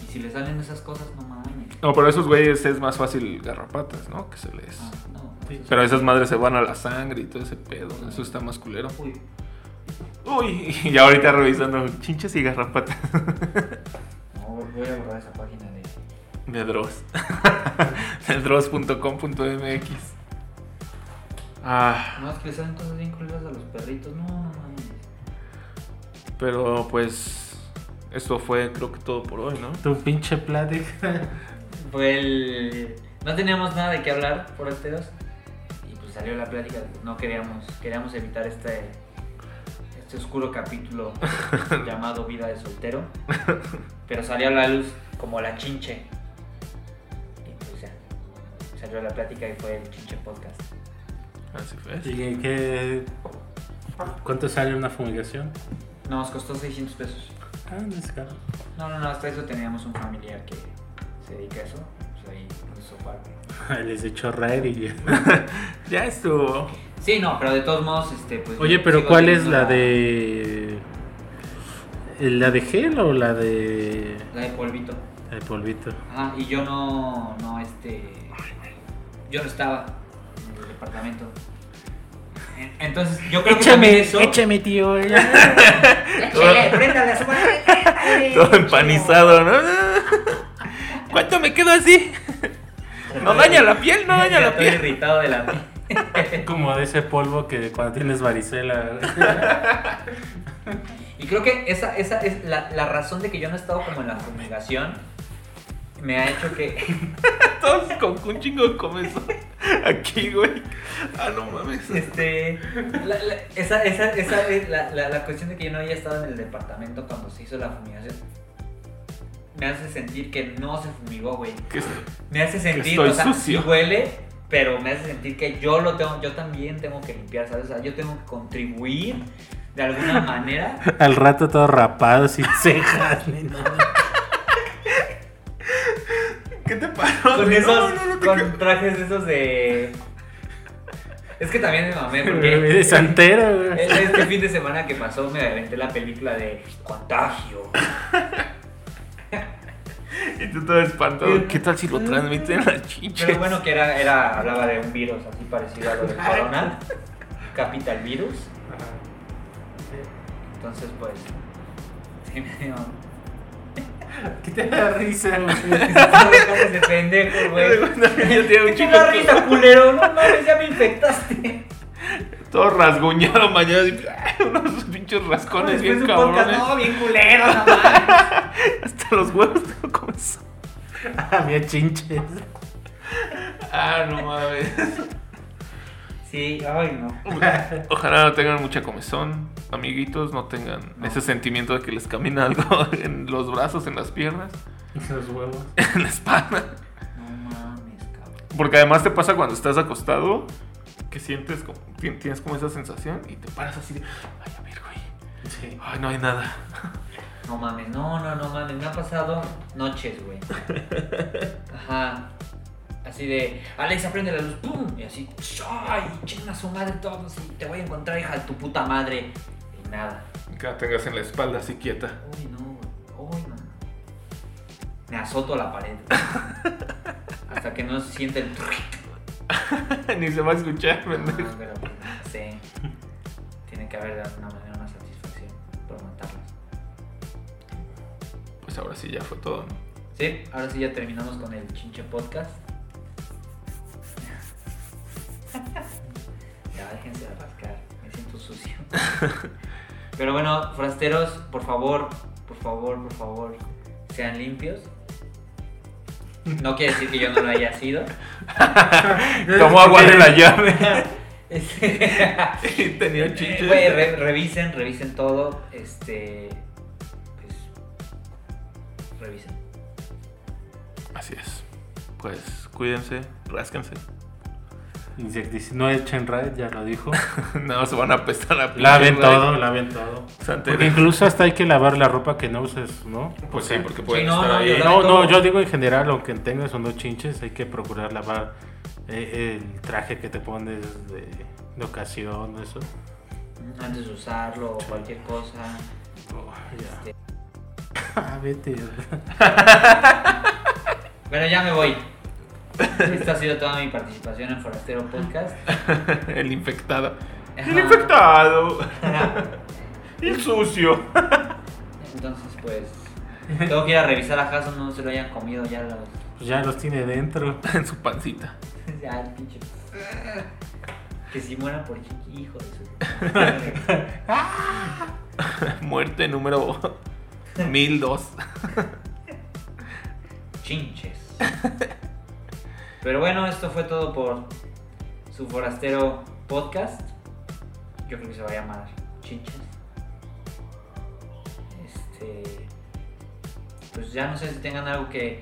Speaker 2: Y si le salen esas cosas, no mames.
Speaker 3: No, pero a esos güeyes es más fácil garrapatas, ¿no? Que se les.
Speaker 2: Ah, no, eso es-
Speaker 3: Pero esas madres se van a la sangre y todo ese pedo. Eso está más culero.
Speaker 2: Uy,
Speaker 3: Uy, [LAUGHS] y ahorita revisando chinches y garrapatas. [LAUGHS]
Speaker 2: no, voy a borrar esa página de.
Speaker 3: De Dross. [LAUGHS] De Dross.com.mx. Ah,
Speaker 2: No, es que le salen cosas bien culeras a los perritos. No, no mames.
Speaker 3: pero pues. Esto fue, creo que todo por hoy, ¿no?
Speaker 1: Tu pinche plática.
Speaker 2: Fue el... No teníamos nada de qué hablar por este Y pues salió la plática. No queríamos, queríamos evitar este, este
Speaker 1: [LAUGHS]
Speaker 2: oscuro capítulo llamado Vida de Soltero. Pero salió a la luz como la chinche. Y pues ya. Salió la plática y fue el chinche podcast.
Speaker 3: Así fue.
Speaker 1: ¿Y en qué? ¿Cuánto sale una fumigación?
Speaker 2: Nos costó 600 pesos.
Speaker 1: Ah, no es caro. [LAUGHS]
Speaker 2: No, no, no, hasta eso teníamos un familiar que se dedica a eso. Pues ahí hizo parte.
Speaker 1: Les echó raid y ya.
Speaker 3: [LAUGHS] Ya estuvo.
Speaker 2: Sí, no, pero de todos modos, este, pues.
Speaker 1: Oye,
Speaker 2: yo
Speaker 1: pero
Speaker 2: sigo
Speaker 1: ¿cuál es
Speaker 2: teniendo
Speaker 1: la de. ¿La de gel o la de.
Speaker 2: La de polvito.
Speaker 1: la de polvito?
Speaker 2: Ajá, y yo no, no, este, yo no estaba en el departamento. En- Entonces, yo creo que también eso...
Speaker 1: tío.
Speaker 2: Échale, préndale a su madre. Ay,
Speaker 3: Todo
Speaker 2: chido.
Speaker 3: empanizado, ¿no? ¿Cuánto me quedo así? No daña la piel, no daña
Speaker 2: Ya
Speaker 3: la
Speaker 2: Estoy
Speaker 3: piel.
Speaker 2: irritado de la
Speaker 1: Como de ese polvo que cuando tienes varicela.
Speaker 2: Y creo que esa, esa es la, la razón de que yo no he estado como en la fumigación. Me ha hecho que...
Speaker 3: Todos [LAUGHS] con un chingo
Speaker 2: [LAUGHS]
Speaker 3: de comezón. Aquí, güey. Ah, no mames.
Speaker 2: Este, la, la- esa, esa, esa es la, la- la cuestión de que yo no haya estado en el departamento cuando se hizo la fumigación. Me hace sentir que no se fumigó, güey.
Speaker 3: ¿Qué es-
Speaker 2: Me hace sentir,
Speaker 3: estoy
Speaker 2: o sea, sí
Speaker 3: sucio.
Speaker 2: huele, pero me hace sentir que yo lo tengo, yo también tengo que limpiar, ¿sabes? O sea, yo tengo que contribuir de
Speaker 3: [LAUGHS]
Speaker 2: alguna manera.
Speaker 1: [LAUGHS] Al rato todo rapado, sin cejas ni [LAUGHS] nada.
Speaker 3: ¿Qué te paró?
Speaker 2: Con
Speaker 3: No,
Speaker 2: esos,
Speaker 3: no, no te
Speaker 2: con trajes esos de... Es que también me mamé
Speaker 3: [LAUGHS]
Speaker 2: porque...
Speaker 1: De santero, güey.
Speaker 2: El- Este fin de semana que pasó me aventé la película de Contagio.
Speaker 3: Y tú todo
Speaker 1: Eh,
Speaker 3: espantado. ¿Qué tal si
Speaker 1: mm.
Speaker 3: lo transmiten las chinches?
Speaker 2: Pero bueno, que era, era, hablaba de un virus así parecido a lo del corona, capital virus. Entonces, pues. sí me dio-
Speaker 1: [LAUGHS] ¿Qué te da
Speaker 2: [LAUGHS]
Speaker 1: risa, güey?
Speaker 2: Dejaste de
Speaker 1: [LAUGHS]
Speaker 2: pendejo, güey.
Speaker 3: Yo tenía un
Speaker 2: ¿Qué te
Speaker 3: chingo
Speaker 2: da
Speaker 3: de-
Speaker 2: risa, culero? No mames, ya me infectaste.
Speaker 3: Todo rasguñado mañana. [LAUGHS] así, unos pinches rascones
Speaker 2: Después
Speaker 3: bien
Speaker 2: un podcast,
Speaker 1: ¿eh?
Speaker 3: cabrones.
Speaker 2: no, bien culero, no mames.
Speaker 3: Hasta los huevos tengo comezón.
Speaker 1: Había chinches.
Speaker 3: Ah, no mames.
Speaker 2: Sí, ay no.
Speaker 3: Ojalá no tengan mucha comezón, amiguitos, no tengan ese sentimiento de que les camina algo [LAUGHS] en los brazos, en las piernas,
Speaker 1: Los huevos.
Speaker 3: [LAUGHS] en la espalda.
Speaker 2: No mames, cabrón.
Speaker 3: Porque además te pasa cuando estás acostado, que sientes como, ti- tienes como esa sensación y te paras así de, ay, a ver, güey,
Speaker 1: Sí.
Speaker 3: ay, no hay nada.
Speaker 2: No mames, no, no, no mames. Me ha pasado noches, güey. Ajá. Así de, Alexa, prende la luz, pum. Y así, ay, chinga su madre todos. Y te voy a encontrar, hija de tu puta madre. Y nada.
Speaker 3: [LAUGHS] Que la tengas en la espalda así quieta.
Speaker 2: Uy, no, güey. Uy, no. Me azoto a la pared. Hasta que no se siente el.
Speaker 3: [LAUGHS] Ni se va a escuchar,
Speaker 2: No,
Speaker 3: pendejo.
Speaker 2: pero pues, sí. Tiene que haber de alguna manera una satisfacción por matarlos.
Speaker 3: Pues ahora sí ya fue todo, ¿no?
Speaker 2: Sí, ahora sí ya terminamos con el chinche podcast. ya déjense de rascar, me siento sucio. Pero bueno, forasteros, por favor, por favor, por favor, sean limpios. No quiere decir que yo no lo haya sido.
Speaker 3: [LAUGHS] Tomó
Speaker 2: [LAUGHS]
Speaker 3: agua de la llave.
Speaker 2: Este-
Speaker 3: y tenía
Speaker 2: Eh, güey,
Speaker 3: chinches.
Speaker 2: re- revisen, revisen todo. Este. Pues. Revisen.
Speaker 3: Así es. Pues cuídense, rásquense. [LAUGHS]
Speaker 1: Insecticida. No echen red, ya lo
Speaker 3: [LAUGHS]
Speaker 1: dijo.
Speaker 3: no, se van a apestar la pinche
Speaker 1: Laven
Speaker 3: raíz.
Speaker 1: todo, laven todo.
Speaker 3: Santería.
Speaker 1: Porque incluso hasta hay que lavar la ropa que no uses, ¿no? O
Speaker 3: Pues sí,
Speaker 1: sea,
Speaker 3: porque pueden
Speaker 2: Sí, no,
Speaker 3: estar
Speaker 2: no,
Speaker 3: ahí.
Speaker 2: yo la-
Speaker 1: No, no,
Speaker 2: todo.
Speaker 1: yo digo en general, aunque tengas o no chinches, hay que procurar lavar eh, el traje que te pones de, de ocasión, eso.
Speaker 2: Antes de usarlo o cualquier cosa.
Speaker 1: ya. Ah, vete.
Speaker 2: Bueno, ya me voy. Esta ha sido toda mi participación en Forastero Podcast.
Speaker 3: [LAUGHS] El infectado.
Speaker 2: Ajá.
Speaker 3: El infectado. El sucio.
Speaker 2: [LAUGHS] Entonces, pues. Tengo que ir a revisar a Jason, no se lo hayan comido ya los. [LAUGHS]
Speaker 1: Pues ya los tiene dentro.
Speaker 3: [LAUGHS] en su pancita. [LAUGHS]
Speaker 2: Ya, el pinche. Que si muera por chiqui, hijo de su. madre.
Speaker 3: Muerte número [LAUGHS] 1002.
Speaker 2: chinches. [LAUGHS] Pero bueno, esto fue todo por su forastero podcast. Yo creo que se va a llamar chinches. Este, pues ya no sé si tengan algo que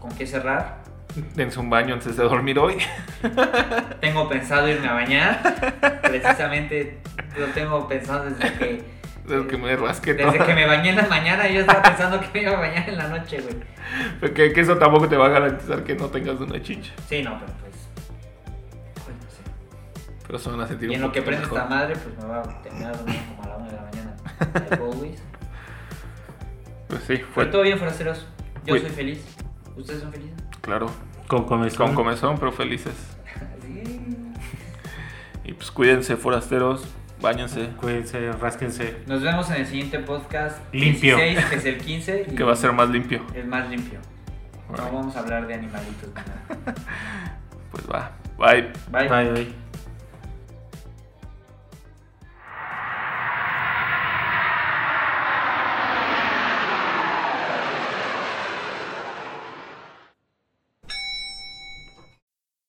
Speaker 2: con qué cerrar.
Speaker 3: Dense un baño antes de dormir hoy. [LAUGHS]
Speaker 2: Tengo pensado irme a [LAUGHS] bañar. Precisamente lo tengo pensado desde que
Speaker 3: Desde que me rasque todo.
Speaker 2: desde que me bañé en la mañana yo estaba pensando que me iba a bañar en la noche, güey.
Speaker 3: Porque [LAUGHS] que eso tampoco te va a garantizar que no tengas una chicha.
Speaker 2: Sí, no, pero pues, pues no sé.
Speaker 3: Pero se van a sentir
Speaker 2: Y en
Speaker 3: un
Speaker 2: lo que
Speaker 3: poquito
Speaker 2: prende esta
Speaker 3: mejor.
Speaker 2: madre, pues me va a terminar durmiendo como a la 1 de la mañana. De Bowies.
Speaker 3: Pues sí,
Speaker 2: Fue
Speaker 3: fue
Speaker 2: todo bien, forasteros. Yo
Speaker 3: Uy.
Speaker 2: soy feliz. ¿Ustedes son felices?
Speaker 3: claro.
Speaker 1: Con comezón.
Speaker 3: Con comezón, pero felices.
Speaker 2: Mm. [LAUGHS] Sí.
Speaker 3: Y pues cuídense, forasteros. Báñense.
Speaker 1: Cuídense, rásquense.
Speaker 2: Nos vemos en el siguiente podcast.
Speaker 1: Limpio.
Speaker 2: 16, que es el 15. y
Speaker 3: Que va a ser más limpio.
Speaker 2: El más limpio. No
Speaker 3: Órale.
Speaker 2: vamos a hablar de animalitos. ni nada.
Speaker 3: Pues va. Bye.
Speaker 2: Bye.
Speaker 1: Bye, bye.